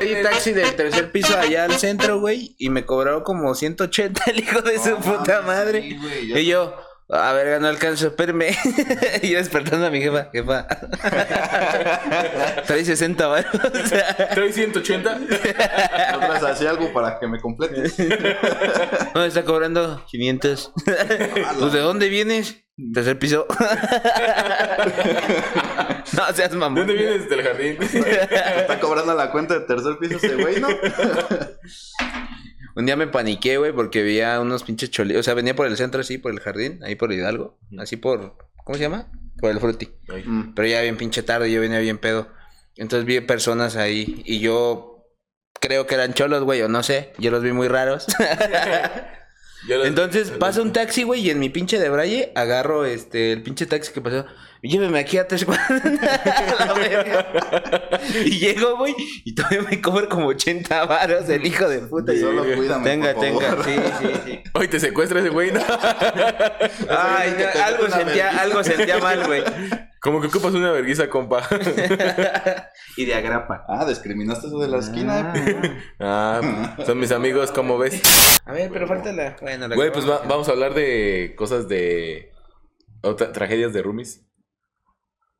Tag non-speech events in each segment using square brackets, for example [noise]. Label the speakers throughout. Speaker 1: un taxi del tercer piso allá al centro, güey, y me cobró como 180 el hijo de
Speaker 2: No
Speaker 1: su puta
Speaker 2: mames,
Speaker 1: madre.
Speaker 2: sí, güey, yo-
Speaker 1: y yo, a ver, no alcanzo, espérame. [laughs] y yo despertando a mi jefa, jefa. [laughs] Trae 60 varos.
Speaker 3: Trae
Speaker 2: [laughs]
Speaker 3: 180.
Speaker 2: No traes así algo para que me completes.
Speaker 1: no, está cobrando
Speaker 2: [laughs]
Speaker 1: 500. pues, ¿de dónde vienes? Tercer piso. [laughs] no seas mamón.
Speaker 3: ¿De dónde vienes? Del
Speaker 1: [laughs]
Speaker 3: jardín.
Speaker 2: Está cobrando la cuenta de tercer piso ese güey, ¿no?
Speaker 1: Un día me paniqué, güey, porque veía unos pinches cholitos. O sea, venía por el centro así, por el jardín, ahí por Hidalgo. Así por. ¿Cómo se llama? Por el fruti.
Speaker 2: Mm.
Speaker 1: Pero ya bien pinche tarde, yo venía bien pedo. Entonces vi personas ahí y yo creo que eran cholos, güey, o no sé. Yo los vi muy raros.
Speaker 3: Ya los-
Speaker 1: Entonces
Speaker 3: ya los-
Speaker 1: pasa un taxi, güey, y en mi pinche de braille agarro este, el pinche taxi que pasó. Lléveme aquí a tres cuadras. [laughs] A la verga. y llego, güey, y todavía me cobra como 80 varos el hijo de puta.
Speaker 2: Solo
Speaker 3: güey.
Speaker 2: cuídame,
Speaker 1: Tenga,
Speaker 2: por favor.
Speaker 1: tenga, sí, sí, sí.
Speaker 3: Hoy te secuestra ese güey, ¿no?
Speaker 1: Ay,
Speaker 2: Eso es que te
Speaker 1: no, algo
Speaker 2: meten una
Speaker 1: sentía,
Speaker 2: vergüenza.
Speaker 1: algo sentía mal, güey.
Speaker 3: Como que ocupas una vergüenza, compa. [laughs]
Speaker 1: Y de agrapa.
Speaker 2: Ah, discriminaste eso de la esquina.
Speaker 3: Ah, son mis amigos, ¿cómo ves?
Speaker 1: A ver, pero falta la. Bueno, la
Speaker 3: Güey, pues va- vamos a hablar de cosas de... o tra- tragedias
Speaker 1: [laughs]
Speaker 3: de roomies.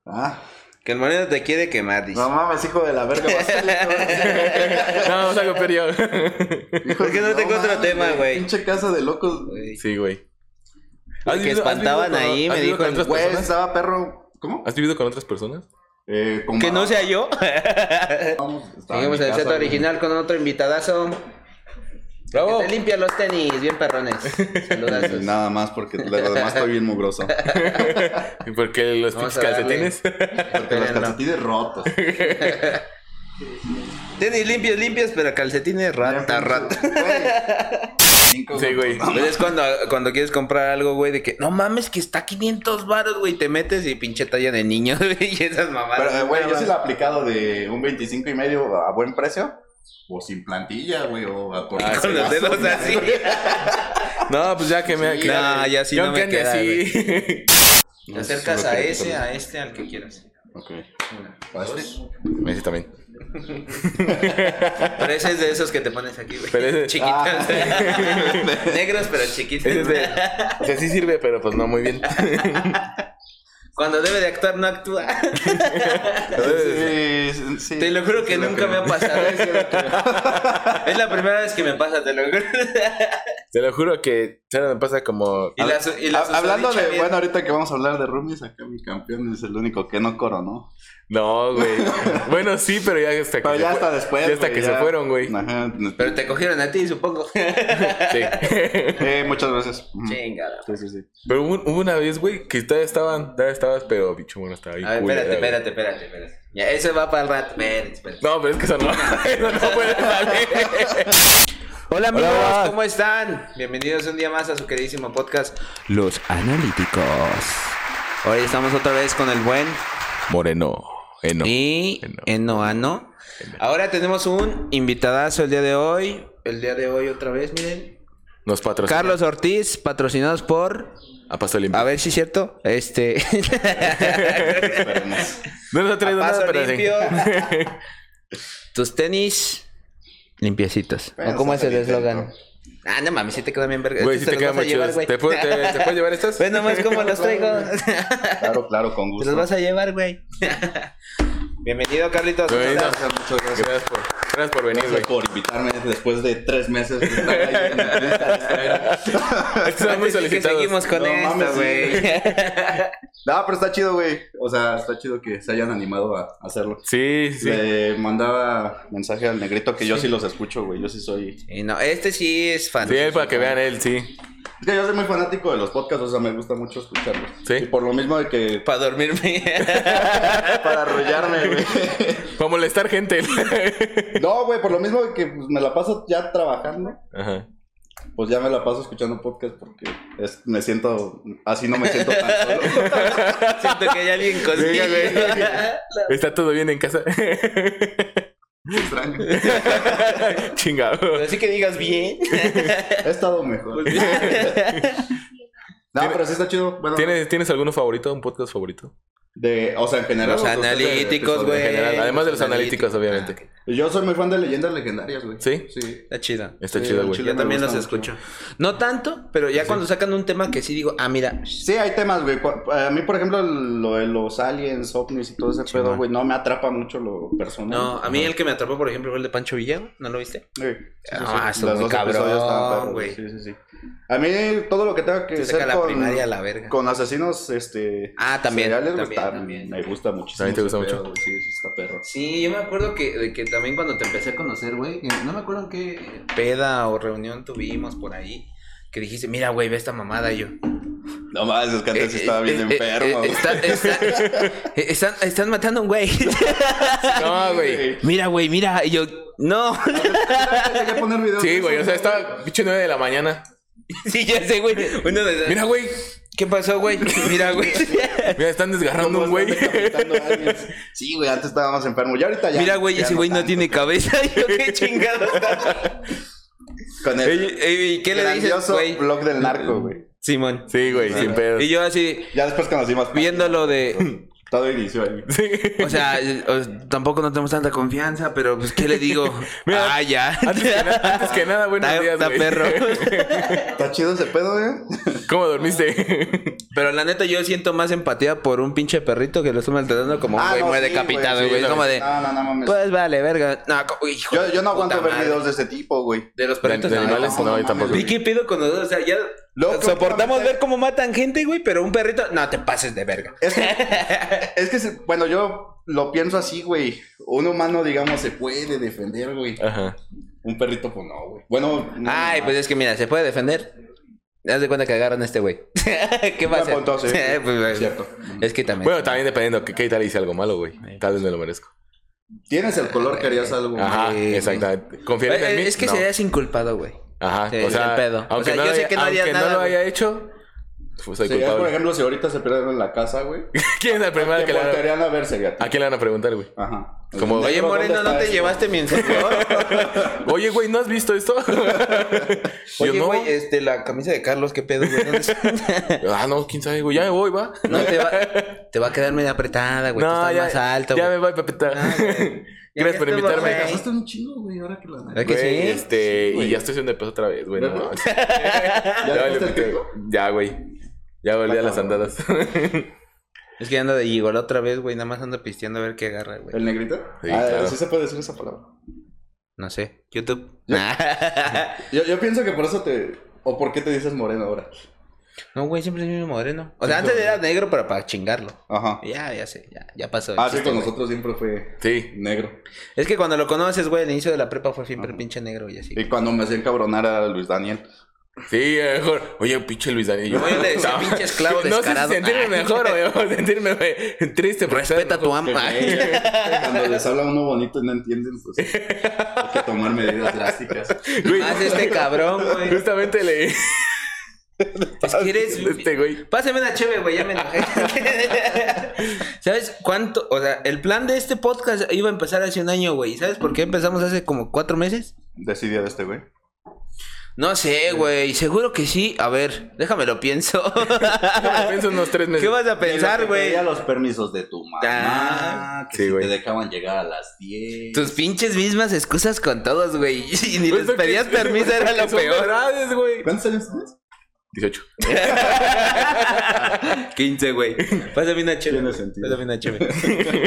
Speaker 2: Ah,
Speaker 1: Que el moreno te quiere quemar, dice.
Speaker 2: no mames, hijo de la verga. vas a salir,
Speaker 3: No, vamos a copiar
Speaker 1: [laughs]
Speaker 3: yo.
Speaker 2: ¿no? Hijo
Speaker 1: ¿Por qué
Speaker 2: de-
Speaker 1: no tengo otro
Speaker 2: mames,
Speaker 1: tema, güey?
Speaker 2: Pinche casa de locos.
Speaker 1: Güey.
Speaker 3: [laughs] Sí, güey.
Speaker 1: Güey,
Speaker 3: ¿Has
Speaker 1: que
Speaker 3: vivido- has
Speaker 1: espantaban
Speaker 3: vivido con-
Speaker 1: ahí,
Speaker 3: has
Speaker 1: me
Speaker 3: vivido
Speaker 1: dijo
Speaker 3: con
Speaker 1: el
Speaker 3: otras
Speaker 2: Güey,
Speaker 3: personas?
Speaker 2: estaba perro. ¿Cómo?
Speaker 3: ¿Has vivido con otras personas?
Speaker 2: Eh, con
Speaker 1: Que no
Speaker 2: Barba.
Speaker 1: sea yo.
Speaker 2: Vamos, estaba en
Speaker 1: Seguimos
Speaker 2: mi
Speaker 1: el
Speaker 2: casa,
Speaker 1: set
Speaker 2: güey.
Speaker 1: original con otro invitadazo.
Speaker 3: ¡Bravo!
Speaker 1: Que te limpia los tenis, bien perrones.
Speaker 2: [laughs]
Speaker 1: Saludazos.
Speaker 2: Nada más porque de lo
Speaker 1: [laughs]
Speaker 2: demás estoy bien mugroso.
Speaker 3: Porque los
Speaker 1: Vamos
Speaker 3: pinches
Speaker 1: a darle.
Speaker 3: calcetines.
Speaker 2: Porque los
Speaker 1: Espérenlo.
Speaker 2: calcetines rotos.
Speaker 1: Tenis limpios, limpios, pero calcetines rata, rata. [laughs]
Speaker 2: Güey. Cinco,
Speaker 3: [laughs] Sí, güey.
Speaker 1: Pero es cuando, cuando quieres comprar algo, güey, de que no mames, que está 500 baros, güey. Te metes y pinche talla de niño, [laughs] güey, y esas mamadas.
Speaker 2: Pero, eh, güey, yo sí la he aplicado de un 25 y medio a buen precio. O sin plantilla, güey, o a
Speaker 3: Ah,
Speaker 1: Con los dedos
Speaker 2: [laughs]
Speaker 1: así.
Speaker 3: No, pues ya que me...
Speaker 1: Sí,
Speaker 3: que-
Speaker 1: no, ya sí
Speaker 3: yo
Speaker 1: no me
Speaker 3: que ande
Speaker 1: queda,
Speaker 3: así.
Speaker 1: Te acercas a ese, a este, al que quieras.
Speaker 2: Ok.
Speaker 1: Una.
Speaker 2: ¿A este?
Speaker 3: [laughs] Me sí también.
Speaker 1: Pero ese es de esos que te pones aquí, güey.
Speaker 3: Pero ese-
Speaker 1: [laughs] Chiquitos.
Speaker 2: Ah.
Speaker 1: [laughs] Negros, pero chiquitos.
Speaker 3: Ese es de- O sea, sí sirve, pero pues no muy bien.
Speaker 1: Cuando debe de actuar, no actúa.
Speaker 2: Sí, sí, sí.
Speaker 1: Te lo juro que
Speaker 2: Sí, lo
Speaker 1: nunca me ha
Speaker 2: creo.
Speaker 1: pasado. [laughs] es la primera vez que me pasa, te lo juro.
Speaker 3: Te lo juro que se me pasa como...
Speaker 1: Y la su- y la
Speaker 2: Ha- Hablando de,
Speaker 1: susodicha
Speaker 2: bueno, ahorita que vamos a hablar de roomies, acá mi campeón es el único que no coronó.
Speaker 3: No,
Speaker 1: [laughs]
Speaker 3: güey. Bueno, sí, pero ya hasta que
Speaker 2: Pero ya
Speaker 3: fue-
Speaker 2: hasta después.
Speaker 3: Ya hasta
Speaker 2: güey,
Speaker 3: que se fueron, güey.
Speaker 2: Ajá.
Speaker 1: [laughs] Pero te cogieron a ti, supongo.
Speaker 3: Sí. [laughs]
Speaker 2: Eh, muchas gracias.
Speaker 1: [laughs]
Speaker 2: Ujú.
Speaker 1: Chingada.
Speaker 2: Sí, sí, sí.
Speaker 3: Pero hubo, hubo una vez, güey, que todavía estaban, todavía estabas, pero bicho, bueno, estaba ahí.
Speaker 1: A ver,
Speaker 3: culera,
Speaker 1: espérate,
Speaker 3: güey.
Speaker 1: espérate, espérate, espérate. Ya, eso va para el rato. Espérate, espérate.
Speaker 3: No, pero es que eso no, [laughs] eso no puede salir.
Speaker 1: Hola amigos,
Speaker 3: Hola.
Speaker 1: ¿cómo están? Bienvenidos un día más a su queridísimo podcast Los Analíticos. Hoy estamos otra vez con el buen
Speaker 3: Moreno. Eh, no. Eh,
Speaker 1: y
Speaker 3: Eno.
Speaker 1: Enoano. Ahora tenemos un invitadazo el día de hoy. El día de hoy otra vez, miren.
Speaker 3: Nos patrocina.
Speaker 1: Carlos Ortiz, patrocinados por...
Speaker 3: A paso limpio.
Speaker 1: A ver si es cierto.
Speaker 3: [laughs]
Speaker 1: Este...
Speaker 2: Esperemos.
Speaker 3: No nos ha traído
Speaker 1: A
Speaker 3: nada,
Speaker 1: paso
Speaker 3: pero sí. [laughs]
Speaker 1: limpio. Tus tenis limpiecitos.
Speaker 2: Pero
Speaker 1: ¿O cómo es el
Speaker 2: saca el
Speaker 1: eslogan?
Speaker 2: intento.
Speaker 1: Ah, no mames, si te quedan bien verga.
Speaker 3: Güey,
Speaker 1: Estos
Speaker 3: sí te
Speaker 1: este los
Speaker 3: quedan
Speaker 1: vas
Speaker 3: muy
Speaker 1: a llevar,
Speaker 3: chidos.
Speaker 1: güey.
Speaker 3: ¿Te,
Speaker 1: [laughs]
Speaker 3: puedo- te, te puedes llevar estos?
Speaker 1: Ve nomás cómo los
Speaker 3: [laughs]
Speaker 1: traigo.
Speaker 2: Claro, claro, con
Speaker 1: Te
Speaker 2: gusto.
Speaker 1: los vas a llevar, güey. [laughs] Bienvenido, Carlitos.
Speaker 3: Bienvenido.
Speaker 2: Gracias, muchas gracias.
Speaker 3: Gracias por, gracias por venir,
Speaker 2: Gracias
Speaker 3: güey.
Speaker 2: por invitarme después de tres meses de estar ahí en la lista de este espera.
Speaker 3: [laughs] Están
Speaker 1: Antes de
Speaker 3: muy
Speaker 1: que
Speaker 3: solicitados.
Speaker 1: seguimos con
Speaker 2: No mames,
Speaker 1: esto,
Speaker 2: sí.
Speaker 1: güey.
Speaker 2: No, pero está chido, güey. O sea, está chido que se hayan animado a hacerlo.
Speaker 3: Sí, sí.
Speaker 2: Le mandaba mensaje al negrito que yo sí los escucho, güey. Yo sí soy.
Speaker 1: Y no, este sí es fan.
Speaker 3: Sí, él para que vean él, sí.
Speaker 2: Es que yo soy muy fanático de los podcasts, o sea, me gusta mucho escucharlos.
Speaker 3: Sí.
Speaker 2: Y por lo mismo de que.
Speaker 1: Para dormirme. [laughs]
Speaker 2: Para arrollarme, güey.
Speaker 3: Para molestar gente.
Speaker 2: [laughs]
Speaker 3: [laughs]
Speaker 2: No, güey, por lo mismo de que pues, me la paso ya trabajando.
Speaker 3: Ajá.
Speaker 2: Pues ya me la paso escuchando podcast porque es- me siento. Así no me siento tan solo.
Speaker 1: Siento que hay alguien conmigo.
Speaker 3: Venga, güey. Está todo bien en casa.
Speaker 2: Qué extraño.
Speaker 3: Chingado.
Speaker 1: [laughs] Pero sí que digas bien.
Speaker 2: He estado mejor. No, pero sí está chido. Bueno,
Speaker 3: ¿Tienes, ¿Tienes alguno favorito? ¿Un podcast favorito?
Speaker 2: de, o sea, en general.
Speaker 1: Los
Speaker 2: o sea, de- de-
Speaker 1: analíticos,
Speaker 2: de-
Speaker 1: güey.
Speaker 3: general, además de los analíticos, obviamente.
Speaker 1: Ah, ok.
Speaker 2: Yo soy muy fan de leyendas legendarias, güey.
Speaker 3: ¿Sí?
Speaker 2: Sí.
Speaker 1: Está chido.
Speaker 3: Está
Speaker 2: Sí,
Speaker 3: chido,
Speaker 2: al
Speaker 3: güey.
Speaker 2: chile.
Speaker 1: Yo
Speaker 2: me
Speaker 1: también los
Speaker 2: gusta mucho.
Speaker 1: escucho. No tanto, pero ya cuando sacan un tema que sí digo, ah, mira,
Speaker 2: Sí, hay temas, güey. Cu- A mí, por ejemplo, lo de los aliens, ovnis y todo ese pedo,
Speaker 3: man.
Speaker 2: güey, no me atrapa mucho lo personal.
Speaker 1: No, a mí
Speaker 3: Ajá.
Speaker 1: el que me atrapó, por ejemplo, fue el de Pancho Villa, güey. ¿no lo viste?
Speaker 2: Sí, sí, sí,
Speaker 1: Ah,
Speaker 2: sí.
Speaker 1: son
Speaker 2: Los
Speaker 1: muy
Speaker 2: dos episodios
Speaker 1: cabrón,
Speaker 2: estaban perros,
Speaker 1: güey.
Speaker 2: Sí, sí, sí. A mí todo lo que tenga que
Speaker 1: Te saca
Speaker 2: ser
Speaker 1: la primaria a
Speaker 2: con,
Speaker 1: la verga.
Speaker 2: con asesinos, este...
Speaker 1: Ah, también.
Speaker 2: seriales, güey,
Speaker 1: también,
Speaker 2: está-
Speaker 1: también.
Speaker 2: Me gusta muchísimo.
Speaker 3: También te gusta
Speaker 2: ese pedo,
Speaker 3: mucho.
Speaker 2: güey, Sí, sí, está perro.
Speaker 1: Sí, yo me acuerdo que, de que también cuando te empecé a conocer, güey, que no me acuerdo en qué eh, peda o reunión tuvimos por ahí, que dijiste, mira, güey, ve esta mamada y yo.
Speaker 2: No mames, es que antes sí estaba
Speaker 1: eh,
Speaker 2: bien
Speaker 1: eh,
Speaker 2: enfermo,
Speaker 1: eh,
Speaker 2: güey.
Speaker 1: está-
Speaker 2: [laughs]
Speaker 1: está- eh, están, están matando a un güey. [laughs]
Speaker 3: No, güey.
Speaker 2: güey.
Speaker 1: mira, güey, mira. Y yo, no. [laughs]
Speaker 2: Hay que poner videos de
Speaker 3: Sí,
Speaker 2: eso,
Speaker 3: güey. O sea, estaba pinche 9 de la mañana.
Speaker 1: sí, ya sé, güey. Uno de-
Speaker 3: Mira, güey.
Speaker 1: ¿Qué pasó, güey? [laughs] Mira,
Speaker 2: [laughs]
Speaker 1: güey.
Speaker 3: Mira, están desgarrando
Speaker 2: ¿Cómo
Speaker 3: un güey.
Speaker 2: están decapitando a
Speaker 3: [laughs]
Speaker 2: alguien? Sí, güey, antes estábamos enfermos. Ya ahorita ya.
Speaker 1: Mira, güey,
Speaker 2: ya
Speaker 1: ese güey no
Speaker 2: tanto.
Speaker 1: tiene cabeza. [laughs] Yo qué chingado
Speaker 2: [laughs]
Speaker 1: está.
Speaker 2: Con el
Speaker 1: Ey, ey, ¿Y qué le dices,
Speaker 2: grandioso
Speaker 1: güey?
Speaker 2: blog del narco, güey.
Speaker 1: Simón.
Speaker 3: Sí, güey, sin pedo.
Speaker 1: Y yo así,
Speaker 2: Ya después conocimos.
Speaker 1: viéndolo de...
Speaker 2: [laughs] Todo inició ahí.
Speaker 1: O sea, o- tampoco no tenemos tanta confianza, pero pues, ¿qué le digo?
Speaker 3: [laughs] Mira,
Speaker 1: ah, ya.
Speaker 3: [laughs] Antes que,
Speaker 1: [laughs]
Speaker 3: na- antes que nada, buenos
Speaker 1: Está-
Speaker 3: días,
Speaker 1: está
Speaker 3: güey.
Speaker 1: perro.
Speaker 2: Está chido ese pedo, ¿eh? güey.
Speaker 3: [laughs] ¿Cómo dormiste?
Speaker 1: Pero la neta, yo siento más empatía por un pinche perrito que lo estoy maltratando como un
Speaker 2: Ah,
Speaker 1: güey
Speaker 2: no,
Speaker 1: muy
Speaker 2: sí,
Speaker 1: decapitado,
Speaker 2: sí,
Speaker 1: güey.
Speaker 2: no,
Speaker 1: como de...
Speaker 2: No, no, no mames.
Speaker 1: Pues vale, verga. No, co- hijo
Speaker 2: yo,
Speaker 1: de
Speaker 2: yo no
Speaker 1: puta
Speaker 2: aguanto ver
Speaker 1: madre.
Speaker 2: videos de ese tipo, güey.
Speaker 1: De los perritos.
Speaker 3: de
Speaker 1: no,
Speaker 3: animales,
Speaker 1: no.
Speaker 3: no, yo
Speaker 2: mames,
Speaker 3: tampoco,
Speaker 1: Vi
Speaker 2: güey.
Speaker 1: qué pedo con los dos. O sea, ya
Speaker 2: Luego,
Speaker 1: soportamos
Speaker 2: últimamente-
Speaker 1: ver cómo matan gente, güey, pero un perrito, no te pases de verga.
Speaker 2: Es
Speaker 1: [laughs]
Speaker 2: que, es que se- bueno, yo lo pienso así, güey. Un humano, digamos, se puede defender, güey.
Speaker 3: Ajá.
Speaker 2: Un perrito, pues no, güey. Bueno, no,
Speaker 1: Ay,
Speaker 2: no.
Speaker 1: pues es que mira, se puede defender. Haz de cuenta que agarran a este güey. [laughs] ¿Qué
Speaker 2: Buen
Speaker 1: pasa? [laughs]
Speaker 2: punto, sí.
Speaker 1: es
Speaker 2: Cierto.
Speaker 1: Es que también.
Speaker 3: Bueno, también dependiendo. ¿Qué, qué tal hice algo malo, güey? Tal vez me lo merezco.
Speaker 2: Tienes el color que harías algo, güey.
Speaker 3: Ajá,
Speaker 1: güey.
Speaker 3: exactamente.
Speaker 1: Eh,
Speaker 3: ¿Confías en mí?
Speaker 1: eh, es que
Speaker 3: No.
Speaker 1: serías inculpado, güey.
Speaker 3: Ajá,
Speaker 1: Sí,
Speaker 3: o sea,
Speaker 1: el pedo. O
Speaker 3: aunque
Speaker 1: sea,
Speaker 3: no,
Speaker 1: yo
Speaker 3: lo
Speaker 1: sé
Speaker 3: haya,
Speaker 1: que no harías
Speaker 3: aunque no
Speaker 1: nada,
Speaker 3: lo
Speaker 1: güey.
Speaker 3: haya hecho, pues soy
Speaker 2: Sería, por
Speaker 3: culpable.
Speaker 2: ejemplo, si ahorita se pierden en la casa, güey.
Speaker 3: [laughs] ¿Quién es la primera
Speaker 2: Te
Speaker 3: que le van a- Pues,
Speaker 2: voltearían a ver, sería tú.
Speaker 3: ¿A quién le van a preguntar, güey?
Speaker 2: Ajá.
Speaker 3: Como,
Speaker 2: Negro,
Speaker 1: Oye,
Speaker 2: ¿dónde
Speaker 1: Moreno, ¿no
Speaker 2: está
Speaker 1: te
Speaker 2: eso?
Speaker 1: llevaste [laughs] mi encendedor?
Speaker 3: Oye, güey, ¿no has visto esto? [laughs] Yo,
Speaker 1: Oye,
Speaker 3: no.
Speaker 1: güey, este, la camisa de Carlos, ¿qué pedo, güey? ¿Dónde está?
Speaker 3: Ah, no, quién sabe, güey. Ya me voy, va.
Speaker 1: [laughs] No, te va, te va a quedar medio apretada, güey. tú estás
Speaker 3: ya,
Speaker 1: más alto,
Speaker 3: ya
Speaker 1: güey.
Speaker 3: me voy, Pepita.
Speaker 1: Ah,
Speaker 3: [laughs]
Speaker 1: güey. Ya
Speaker 3: Gracias por
Speaker 1: estuvo,
Speaker 3: invitarme.
Speaker 1: güey.
Speaker 2: Pasaste un chingo, güey, ahora que la
Speaker 1: ¿Verdad que
Speaker 3: Güey,
Speaker 1: sí?
Speaker 3: este,
Speaker 2: Sí, güey.
Speaker 3: y ya estoy haciendo de peso otra
Speaker 1: [laughs]
Speaker 3: vez, güey. no,
Speaker 2: ¿Verdad?
Speaker 3: no.
Speaker 2: ¿Ya
Speaker 3: Ya,
Speaker 2: viste
Speaker 3: vale,
Speaker 2: el
Speaker 3: Pepita.
Speaker 2: clip?
Speaker 3: Ya, güey. Ya volví a las
Speaker 2: cabrón.
Speaker 3: andadas. [laughs]
Speaker 1: Es que anda de gigolo otra vez, güey. Nada más anda pisteando a ver qué agarra, güey.
Speaker 2: ¿El negrito?
Speaker 3: Sí,
Speaker 2: ah,
Speaker 3: claro.
Speaker 2: sí se puede decir esa palabra.
Speaker 1: No sé. YouTube.
Speaker 2: Yo, yo pienso que por eso te... ¿O por qué te dices moreno ahora?
Speaker 1: [laughs] No, güey, siempre es el mismo moreno. O sea, antes era negro, pero para chingarlo.
Speaker 2: Ajá.
Speaker 1: Ya, ya sé, ya, ya pasó. el
Speaker 2: Ah, sí,
Speaker 1: chiste,
Speaker 2: con
Speaker 1: güey.
Speaker 2: nosotros siempre fue
Speaker 3: Sí.
Speaker 2: negro.
Speaker 1: Es que cuando lo conoces, güey, al inicio de la prepa fue siempre pinche negro y así.
Speaker 2: Y cuando me hacía encabronar a Luis Daniel.
Speaker 3: Sí, a lo mejor. Oye, pinche Luis Daniel. Yo,
Speaker 1: Oye, le
Speaker 3: [laughs]
Speaker 1: [laughs] decía, pinche esclavo
Speaker 3: No sé si
Speaker 1: descarado. [laughs]
Speaker 3: sentirme
Speaker 1: Ay.
Speaker 3: mejor o o sentirme güey, triste. por estar
Speaker 1: Respeta a tu
Speaker 3: enojado.
Speaker 1: ama.
Speaker 2: [laughs] Cuando les habla uno bonito y no entienden, [laughs] pues hay que tomar medidas drásticas.
Speaker 3: Güey,
Speaker 1: Más
Speaker 3: [laughs]
Speaker 1: este cabrón, güey.
Speaker 3: Justamente le.
Speaker 1: Es que eres-
Speaker 3: Este güey.
Speaker 1: Pásame una chévere, güey, ya me enojé. ¿Sabes cuánto? O sea, el plan de este podcast iba a empezar hace un año, güey. ¿Sabes por qué empezamos hace como cuatro meses?
Speaker 2: Decidí de este güey.
Speaker 1: No sé, güey. Seguro que sí. A ver, déjame lo pienso.
Speaker 3: Pienso unos tres meses.
Speaker 1: ¿Qué vas a pensar, güey?
Speaker 2: A los permisos de tu mamá.
Speaker 1: Ah,
Speaker 2: que
Speaker 3: sí,
Speaker 2: si
Speaker 3: güey.
Speaker 2: te dejaban llegar a las 10.
Speaker 1: Tus pinches mismas excusas con todos, güey. [laughs] Y ni les
Speaker 3: Pues porque- [laughs]
Speaker 1: pedías permiso, era lo
Speaker 3: porque son
Speaker 1: peor. [laughs]
Speaker 3: verdades, güey.
Speaker 2: ¿Cuántos años tienes?
Speaker 3: 18.
Speaker 1: 15, güey. Pásame una chévere.
Speaker 2: Tiene
Speaker 1: güey.
Speaker 2: sentido.
Speaker 1: Pásame una chévere.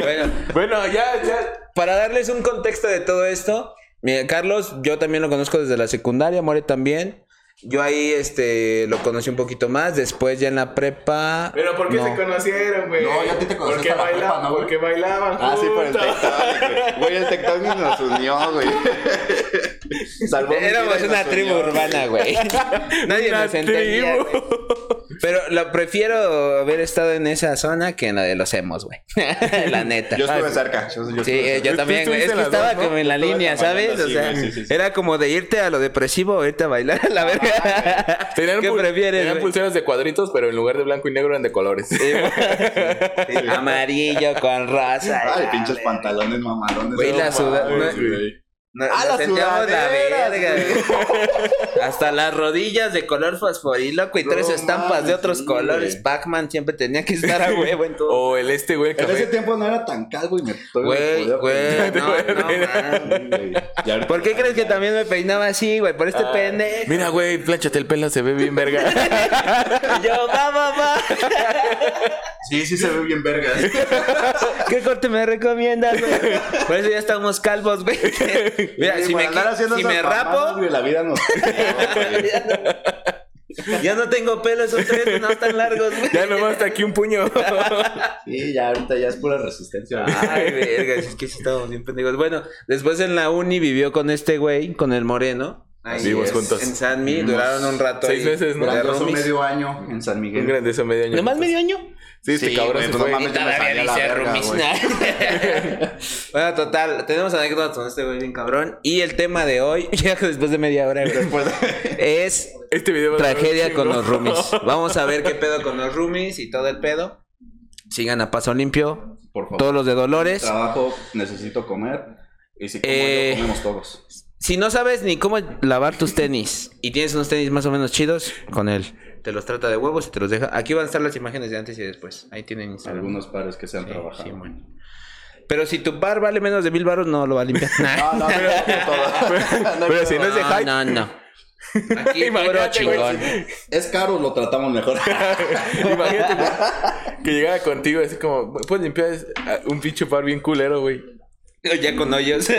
Speaker 1: [laughs] bueno,
Speaker 3: Bueno, ya, ya.
Speaker 1: para darles un contexto de todo esto, mira, Carlos, yo también lo conozco desde la secundaria, More también. Yo ahí este lo conocí un poquito más, después ya en la prepa.
Speaker 3: Pero ¿por qué
Speaker 1: no.
Speaker 3: se conocieron, güey?
Speaker 2: No, ya a ti te conocí
Speaker 3: Porque
Speaker 2: hasta la
Speaker 3: bailaban,
Speaker 2: prepa, ¿no, güey?
Speaker 3: porque bailaban.
Speaker 2: Ah, sí, por el
Speaker 3: juntos.
Speaker 2: Tectonic, güey. Güey, el Tectonic nos unió, güey. Salvó mi vida
Speaker 1: Éramos
Speaker 2: y nos
Speaker 1: una tribu
Speaker 2: unió.
Speaker 1: urbana,
Speaker 3: [laughs]
Speaker 1: güey. Nadie
Speaker 3: Una
Speaker 1: nos entendía.
Speaker 3: tribu.
Speaker 1: güey. Pero lo prefiero haber estado en esa zona que en la de los hemos, güey. [laughs] la neta.
Speaker 2: Yo estuve cerca. Yo, yo
Speaker 1: Sí,
Speaker 2: estuve
Speaker 1: eh,
Speaker 2: cerca.
Speaker 1: yo
Speaker 3: Tú
Speaker 1: también, güey. Es
Speaker 3: estuviste
Speaker 1: que
Speaker 3: las
Speaker 1: estaba
Speaker 3: dos, ¿no?
Speaker 1: como en la
Speaker 2: Yo estuve
Speaker 1: línea, ¿sabes?
Speaker 2: acompañando,
Speaker 1: O
Speaker 2: sí,
Speaker 1: sea,
Speaker 2: güey, sí, sí, sí.
Speaker 1: era como de irte a lo depresivo o irte a bailar a la verga.
Speaker 3: Tenían
Speaker 1: ¿Qué
Speaker 3: pul-
Speaker 1: prefieres,
Speaker 3: Tenían
Speaker 1: güey?
Speaker 3: pulseras de cuadritos, pero en lugar de blanco y negro eran de colores.
Speaker 1: Amarillo con rosa.
Speaker 2: Ay, pinches pantalones mamalones.
Speaker 1: Güey,
Speaker 2: No
Speaker 1: la
Speaker 2: mames,
Speaker 1: suda-
Speaker 2: güey.
Speaker 1: Nos,
Speaker 2: ¡Ah,
Speaker 1: nos
Speaker 2: la
Speaker 1: sentíamos la
Speaker 2: sudadera,
Speaker 1: verga, güey. Hasta las rodillas de color fosforiloco y
Speaker 2: No
Speaker 1: tres estampas de
Speaker 2: mames,
Speaker 1: otros
Speaker 2: sí,
Speaker 1: colores.
Speaker 2: güey.
Speaker 1: Pac-Man siempre tenía que estar a huevo en
Speaker 2: [laughs]
Speaker 1: todo.
Speaker 3: O el este, güey, el
Speaker 2: En ese
Speaker 3: café.
Speaker 2: tiempo no era tan calvo y me
Speaker 1: Güey,
Speaker 2: todavía me
Speaker 1: güey,
Speaker 2: [laughs] podía
Speaker 1: no,
Speaker 2: peinar.
Speaker 1: no, man.
Speaker 2: Y ahorita-
Speaker 1: ¿Por qué crees que también me peinaba así, güey? Por este
Speaker 3: Ah,
Speaker 1: pendejo.
Speaker 3: Mira, güey, planchate el pelo, se ve
Speaker 1: [laughs]
Speaker 3: bien verga.
Speaker 1: Y Yo, va, va, [laughs] va.
Speaker 2: Sí, sí se ve bien verga.
Speaker 1: ¿Qué corte me recomiendas, güey? Por eso ya estamos calvos,
Speaker 2: [laughs]
Speaker 1: güey. Mira,
Speaker 2: Güey,
Speaker 1: si
Speaker 2: por
Speaker 1: me,
Speaker 2: andar
Speaker 1: qui-
Speaker 2: haciendo
Speaker 1: si
Speaker 2: esas
Speaker 1: me
Speaker 2: mamadas,
Speaker 1: rapo,
Speaker 2: güey, la vida [laughs] nos...
Speaker 1: [laughs] ya no tengo pelo, esos tres no están largos, güey.
Speaker 3: ya nomás está aquí un
Speaker 1: [laughs]
Speaker 3: puño.
Speaker 2: Sí, ya ahorita ya es pura resistencia. güey.
Speaker 3: [laughs]
Speaker 1: Ay, verga, es que sí estábamos bien pendejos. Bueno, después en la uni vivió con este güey, con el moreno. Ahí
Speaker 3: Vivimos
Speaker 1: es,
Speaker 3: juntos. Mm.
Speaker 1: En Sanmi,
Speaker 2: Unos
Speaker 1: duraron un rato.
Speaker 3: seis
Speaker 1: ahí
Speaker 3: meses, ¿no?
Speaker 1: de
Speaker 2: Durante
Speaker 1: roomies.
Speaker 2: medio año en San
Speaker 3: un
Speaker 2: Miguel.
Speaker 3: grandeza medio año.
Speaker 1: ¿Nomás medio año?
Speaker 3: Sí, este
Speaker 2: Sí,
Speaker 3: cabrón
Speaker 2: güey,
Speaker 3: se
Speaker 2: pues no
Speaker 3: fue.
Speaker 2: mames. Todavía
Speaker 1: Todavía
Speaker 2: dice
Speaker 1: dice
Speaker 3: Ah,
Speaker 2: roomies.
Speaker 1: [laughs] Bueno, total, tenemos anécdotas con este güey bien cabrón. Y el tema de hoy, [laughs] ya después de media hora, güey,
Speaker 3: [laughs]
Speaker 2: Después
Speaker 1: es
Speaker 3: Este video va a durar un
Speaker 1: tragedia
Speaker 3: chingo.
Speaker 1: con los roomies. Vamos a ver qué pedo con los roomies y todo el pedo. Sigan a paso limpio.
Speaker 2: por favor.
Speaker 1: Todos los de Dolores.
Speaker 2: Trabajo, necesito comer. Y si como
Speaker 1: Eh,
Speaker 2: yo, comemos todos.
Speaker 1: Si no sabes ni cómo lavar tus tenis y tienes unos tenis más o menos chidos, con él. Te los trata de huevos y te los deja. Aquí van a estar las imágenes de antes y después. Ahí tienen Instagram.
Speaker 2: Algunos pares que se han
Speaker 1: Sí,
Speaker 2: trabajado.
Speaker 1: sí, bueno. Pero si tu bar vale menos de mil baros, [laughs] no lo va a limpiar.
Speaker 2: No, no, pero, todo. [laughs]
Speaker 3: Pero si no es de hype.
Speaker 1: No, no. [laughs] Aquí puro
Speaker 3: Imagínate, güey.
Speaker 1: chingón.
Speaker 2: Es caro, lo tratamos mejor.
Speaker 3: Imagínate, güey, que llegara contigo así como, puedes limpiar es- a- un pinche par bien culero, güey.
Speaker 1: Ya con hoyos.
Speaker 3: Sí,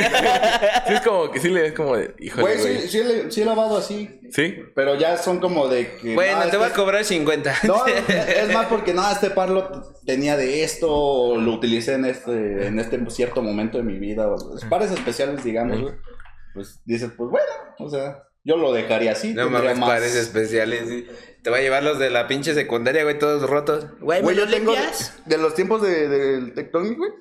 Speaker 3: es como que sí le ves como de, híjole,
Speaker 2: Güey,
Speaker 3: güey.
Speaker 2: sí, sí, le- sí he lavado así.
Speaker 3: ¿Sí?
Speaker 2: Pero ya son como de que.
Speaker 1: Bueno,
Speaker 2: no,
Speaker 1: te
Speaker 2: este-
Speaker 1: voy a cobrar 50.
Speaker 2: No, es más porque no, este par lo tenía de esto, o lo utilicé en este, en este cierto momento de mi vida. o- Pares especiales, digamos, güey. Pues dices, pues bueno, o sea, yo lo dejaría
Speaker 1: [laughs]
Speaker 2: así.
Speaker 1: No
Speaker 2: tendría
Speaker 1: mames, pares especiales. sí. Te va a llevar los de la pinche secundaria, güey, todos rotos. Güey, ¿me
Speaker 2: Güey, yo
Speaker 1: los
Speaker 2: tengo de,
Speaker 1: limpias?
Speaker 2: de los tiempos de- del Tectonic, güey.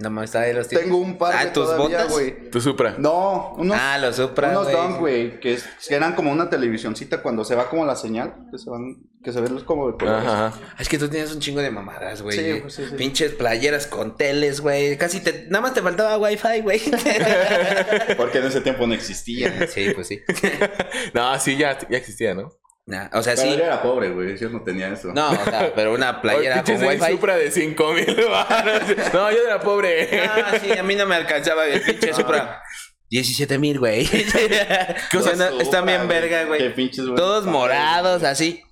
Speaker 1: No mames, está de los tíos.
Speaker 2: Tengo un par
Speaker 1: Ah,
Speaker 2: que
Speaker 1: ¿tus
Speaker 2: todavía,
Speaker 1: botas?
Speaker 2: güey.
Speaker 3: Tu Supra.
Speaker 2: No, unos,
Speaker 1: Ah, los Supra,
Speaker 2: unos
Speaker 1: güey.
Speaker 2: dunk, güey, que, es- que eran como una televisioncita cuando se va como la señal, que se van, que se ven los como de colores.
Speaker 3: Ajá, ajá.
Speaker 1: Ah, Es que tú tenías un chingo de mamadas, güey.
Speaker 2: Sí, pues, sí, sí.
Speaker 1: Pinches playeras con teles, güey. Casi te... Nada más te faltaba wifi,
Speaker 2: [laughs]
Speaker 1: güey.
Speaker 2: Porque en ese tiempo
Speaker 1: [laughs]
Speaker 2: no existía.
Speaker 1: sí, pues sí.
Speaker 3: No, sí, ya, ya existía, ¿no?
Speaker 1: Nah, o sea,
Speaker 2: Pero
Speaker 1: sí.
Speaker 2: yo era pobre, güey, yo no tenía eso.
Speaker 1: No, o sea, pero una playera
Speaker 3: Oye, pinche
Speaker 1: con wifi.
Speaker 3: Supra de 5 mil No, yo era pobre.
Speaker 1: Ah, sí, a mí no me alcanzaba el pinche Supra. 17 mil,
Speaker 2: [laughs]
Speaker 1: güey.
Speaker 3: o sea,
Speaker 1: Bueno,
Speaker 2: Supra,
Speaker 1: están bien verga,
Speaker 2: Qué
Speaker 1: güey.
Speaker 2: pinches, güey.
Speaker 1: Todos morados, así.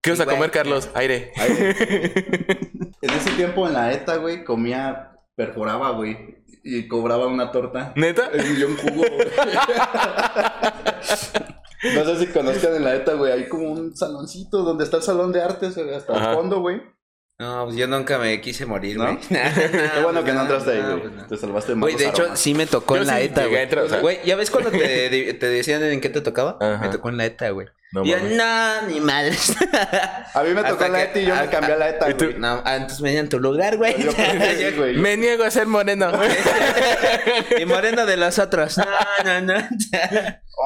Speaker 3: ¿Qué vas a
Speaker 1: Güey.
Speaker 3: comer, Carlos? Aire.
Speaker 2: Ay,
Speaker 1: [laughs]
Speaker 2: en ese tiempo en la ETA, güey, comía, perforaba, güey, y cobraba una torta.
Speaker 3: ¿Neta?
Speaker 2: Y un jugo, güey. [laughs] No sé si conozcan en la ETA, güey, hay como un saloncito donde está el salón de artes, güey, hasta
Speaker 3: Ajá.
Speaker 2: el fondo, güey.
Speaker 1: No, pues yo nunca me quise morir,
Speaker 2: ¿No?
Speaker 1: güey. [laughs]
Speaker 2: Qué bueno que no entraste ahí,
Speaker 1: no, Ah,
Speaker 2: güey.
Speaker 1: pues no.
Speaker 2: Te salvaste
Speaker 1: Güey,
Speaker 2: malos
Speaker 1: de hecho,
Speaker 2: aromas.
Speaker 1: sí me tocó
Speaker 3: Yo
Speaker 1: en la
Speaker 3: sí
Speaker 1: ETA,
Speaker 3: llegué a
Speaker 1: güey.
Speaker 3: entrar, o sea-
Speaker 1: Güey, ¿ya ves cuando
Speaker 3: [laughs]
Speaker 1: te, te decían en qué te tocaba?
Speaker 3: Ajá.
Speaker 1: Me tocó en la ETA, güey.
Speaker 3: No
Speaker 1: yo,
Speaker 3: mames.
Speaker 1: no, ni mal. [laughs]
Speaker 2: A mí me
Speaker 1: hasta
Speaker 2: tocó la
Speaker 1: que-
Speaker 2: ETA y yo me
Speaker 1: hasta-
Speaker 2: cambié a la ETA,
Speaker 3: ¿Y tú?
Speaker 2: güey.
Speaker 1: no, ah, entonces me dieron tu lugar, [laughs] güey.
Speaker 2: Yo pensé, güey.
Speaker 3: Me niego a ser moreno.
Speaker 1: y moreno de los otros. No, no,
Speaker 3: [laughs]
Speaker 1: no.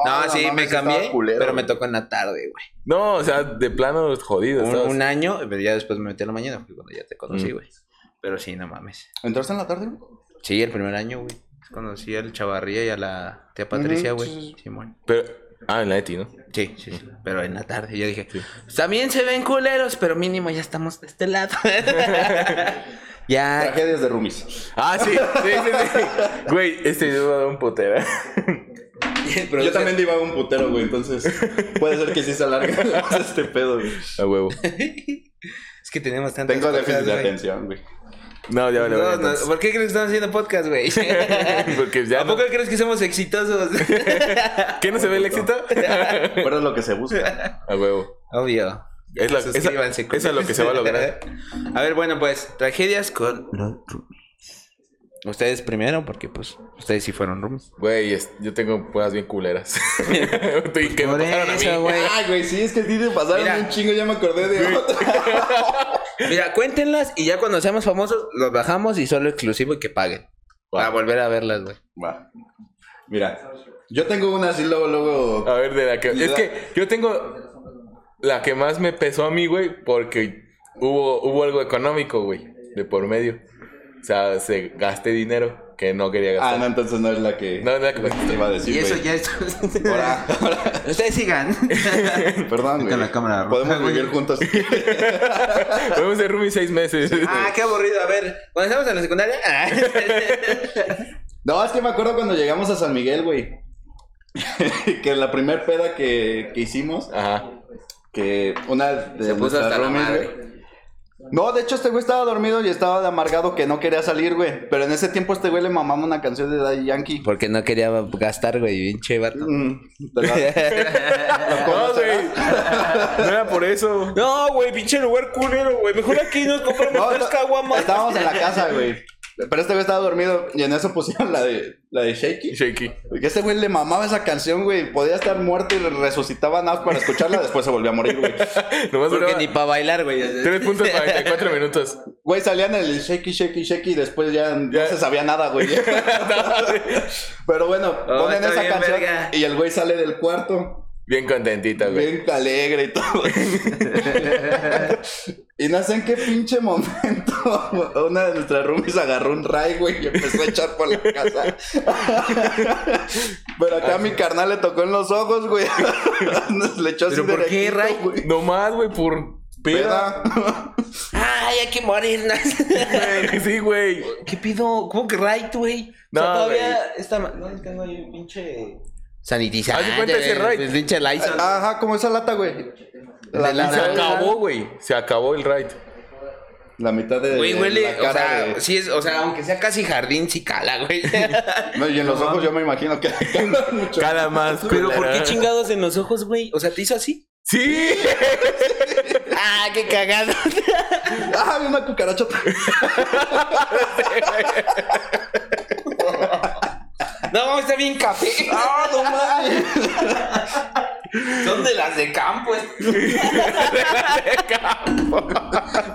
Speaker 2: Ah,
Speaker 1: no, sí,
Speaker 2: mames,
Speaker 1: me
Speaker 2: estaba
Speaker 1: cambié,
Speaker 2: culero,
Speaker 1: pero me
Speaker 2: güey.
Speaker 1: tocó en la tarde, güey.
Speaker 3: No, o sea, de plano jodido.
Speaker 1: Un,
Speaker 3: estabas. Mm.
Speaker 1: un año, pero ya después me metí en la mañana, fue cuando ya te conocí, güey. Pero sí, no mames.
Speaker 2: ¿Entraste en la tarde, güey?
Speaker 1: Sí, el primer año, güey. Conocí al Chavarría y a la tía Patricia,
Speaker 2: Ujú,
Speaker 1: güey.
Speaker 2: sí, sí, sí.
Speaker 1: Simón.
Speaker 3: Pero, ah, en la ETI, ¿no?
Speaker 1: Sí, sí, sí. Pero en la tarde. Yo dije, también se ven culeros, pero mínimo ya estamos de este lado. [laughs] ya.
Speaker 2: Tragedias de roomies.
Speaker 3: Ah, sí, sí, sí, sí. Güey, este video va a dar un potera.
Speaker 2: Yo también llevaba un putero, güey, [laughs] entonces puede ser que sí se alargue [laughs] más este pedo, güey.
Speaker 3: A huevo.
Speaker 1: Es que tenemos tantas
Speaker 2: Tengo
Speaker 1: cosas,
Speaker 2: déficit de
Speaker 1: güey.
Speaker 2: atención, güey.
Speaker 3: No, ya vale,
Speaker 1: No,
Speaker 3: vale.
Speaker 1: no,
Speaker 3: entonces.
Speaker 1: ¿Por qué crees que estamos haciendo podcast,
Speaker 3: [laughs]
Speaker 1: güey? [laughs]
Speaker 3: Porque ya.
Speaker 1: ¿A
Speaker 3: No,
Speaker 1: poco crees que somos
Speaker 3: [laughs]
Speaker 1: exitosos?
Speaker 3: ¿Qué no se ve
Speaker 1: [laughs]
Speaker 3: el éxito?
Speaker 2: Pero es lo que se busca.
Speaker 3: A huevo.
Speaker 1: Obvio.
Speaker 3: Es, la, esa,
Speaker 1: Suscríbanse,
Speaker 3: esa es lo
Speaker 1: [laughs]
Speaker 3: que se va a lograr.
Speaker 1: A ver, bueno, pues, tragedias con los roomies. Ustedes primero, porque pues, ustedes sí fueron roomies.
Speaker 3: Güey, es- yo tengo puedas bien culeras. [laughs] Y que me
Speaker 1: Por
Speaker 3: pasaron a mí.
Speaker 1: eso, güey.
Speaker 2: Ay, Ah, güey, sí, es que sí te pasaron
Speaker 1: Mira.
Speaker 2: un chingo, ya me acordé de otra.
Speaker 1: Mira, cuéntenlas y ya cuando seamos famosos, los bajamos y solo exclusivo y que paguen. Para volver a verlas, güey.
Speaker 2: Va. Mira, yo tengo una así luego, luego.
Speaker 3: A ver, de la que.
Speaker 2: Le
Speaker 3: Es
Speaker 2: da-
Speaker 3: que yo tengo. La que más me pesó a mí, güey, porque hubo, hubo algo económico, güey, de por medio. O sea, se gasté dinero. lana que no quería
Speaker 2: Ah,
Speaker 3: gastar.
Speaker 2: no, entonces no es la
Speaker 1: Ah.
Speaker 2: que.
Speaker 3: No, no es la que
Speaker 2: te iba a decir.
Speaker 1: y eso
Speaker 2: güey.
Speaker 1: ya es.
Speaker 2: [laughs] Ahora, ahora,
Speaker 1: [laughs] Ustedes
Speaker 2: [laughs]
Speaker 1: sigan.
Speaker 2: perdón,
Speaker 1: Con
Speaker 2: güey.
Speaker 1: la cámara roja,
Speaker 2: Podemos
Speaker 1: güey.
Speaker 2: vivir [laughs] juntos.
Speaker 3: Podemos ser roomie seis meses.
Speaker 1: ah, qué aburrido. A ver, cuando estamos en la secundaria. [laughs] ah.
Speaker 2: No, es que me acuerdo cuando llegamos a San Miguel, güey. [laughs] que la primer peda que, que hicimos,
Speaker 3: Ajá.
Speaker 2: que una de
Speaker 1: Se puso
Speaker 2: nuestras
Speaker 1: hasta la
Speaker 2: roomies,
Speaker 1: madre.
Speaker 2: güey. No, de hecho este güey estaba dormido y estaba de amargado que no quería salir, güey. Pero en ese tiempo este güey le mamaba una canción de Daddy Yankee.
Speaker 1: Porque no quería gastar, güey, pinche vato.
Speaker 2: Mm, te la-
Speaker 1: [laughs]
Speaker 2: la
Speaker 3: No,
Speaker 2: conocerás.
Speaker 3: güey. [laughs] No era por eso.
Speaker 1: No, güey, pinche lugar culero, güey. Mejor aquí nos compramos
Speaker 2: No,
Speaker 1: tres
Speaker 2: no,
Speaker 1: caguamas.
Speaker 2: Estábamos en la casa, güey. Pero este güey estaba dormido y en eso pusieron la de, la de Shaky.
Speaker 3: Shaky.
Speaker 2: Que este güey le mamaba esa canción, güey. Podía estar muerto y resucitaba nada más para escucharla. Después se volvió a morir, güey.
Speaker 3: Nomás
Speaker 1: Porque
Speaker 3: duraba
Speaker 1: ni para bailar, güey. [laughs]
Speaker 3: [laughs] 3.44 minutos.
Speaker 2: Güey, salían el shaky, shaky, shaky y después ya, no
Speaker 3: Ya.
Speaker 2: se sabía nada,
Speaker 1: [laughs]
Speaker 2: güey. [laughs] Pero bueno, ponen
Speaker 1: está
Speaker 2: esa
Speaker 1: bien,
Speaker 2: canción
Speaker 1: verga.
Speaker 2: y el güey sale del cuarto.
Speaker 3: Bien contentita, güey.
Speaker 2: Bien alegre y
Speaker 1: [laughs]
Speaker 2: todo. y no sé en qué pinche momento [laughs] una de nuestras roomies agarró un ray, güey, y empezó a echar por la casa. [laughs] Pero
Speaker 1: Ah,
Speaker 2: acá a mi carnal le tocó en los ojos, güey. [laughs] Nos le echó así
Speaker 1: ¿Pero por qué
Speaker 2: derechito,
Speaker 1: ray?
Speaker 2: güey.
Speaker 3: Nomás, güey, por peda.
Speaker 2: Peda.
Speaker 1: Ay, hay que morir.
Speaker 3: güey. [laughs] Sí, güey.
Speaker 1: ¿Qué pido? ¿Cómo que right, güey? No,
Speaker 3: No,
Speaker 1: o sea, todavía está. ma- No, es que no hay un pinche. Sanitizante.
Speaker 3: Haz de cuenta ese Raid.
Speaker 1: El pinche Lysol.
Speaker 2: Ajá, como esa lata, güey.
Speaker 1: De la-
Speaker 3: Se
Speaker 1: Ah,
Speaker 3: acabó, güey. Se acabó el ride.
Speaker 2: La mitad de.
Speaker 1: Güey, huele,
Speaker 2: la
Speaker 1: o
Speaker 2: cara
Speaker 1: sea,
Speaker 2: de-
Speaker 1: sí es, o sea, aunque sea casi jardín, sí cala, güey.
Speaker 2: No, y en los ojos yo me imagino que cambian mucho.
Speaker 3: Cada más.
Speaker 1: [laughs] Pero ¿por
Speaker 3: culera.
Speaker 1: qué chingados en los ojos, güey? O sea, ¿te hizo así?
Speaker 3: [laughs] Sí.
Speaker 1: ¡Ah, qué cagado!
Speaker 2: ¡Ah, vi una cucarachota!
Speaker 1: No, está bien café.
Speaker 2: ¡Ah, no mames!
Speaker 1: Son de las de campo.
Speaker 2: [laughs]
Speaker 1: es-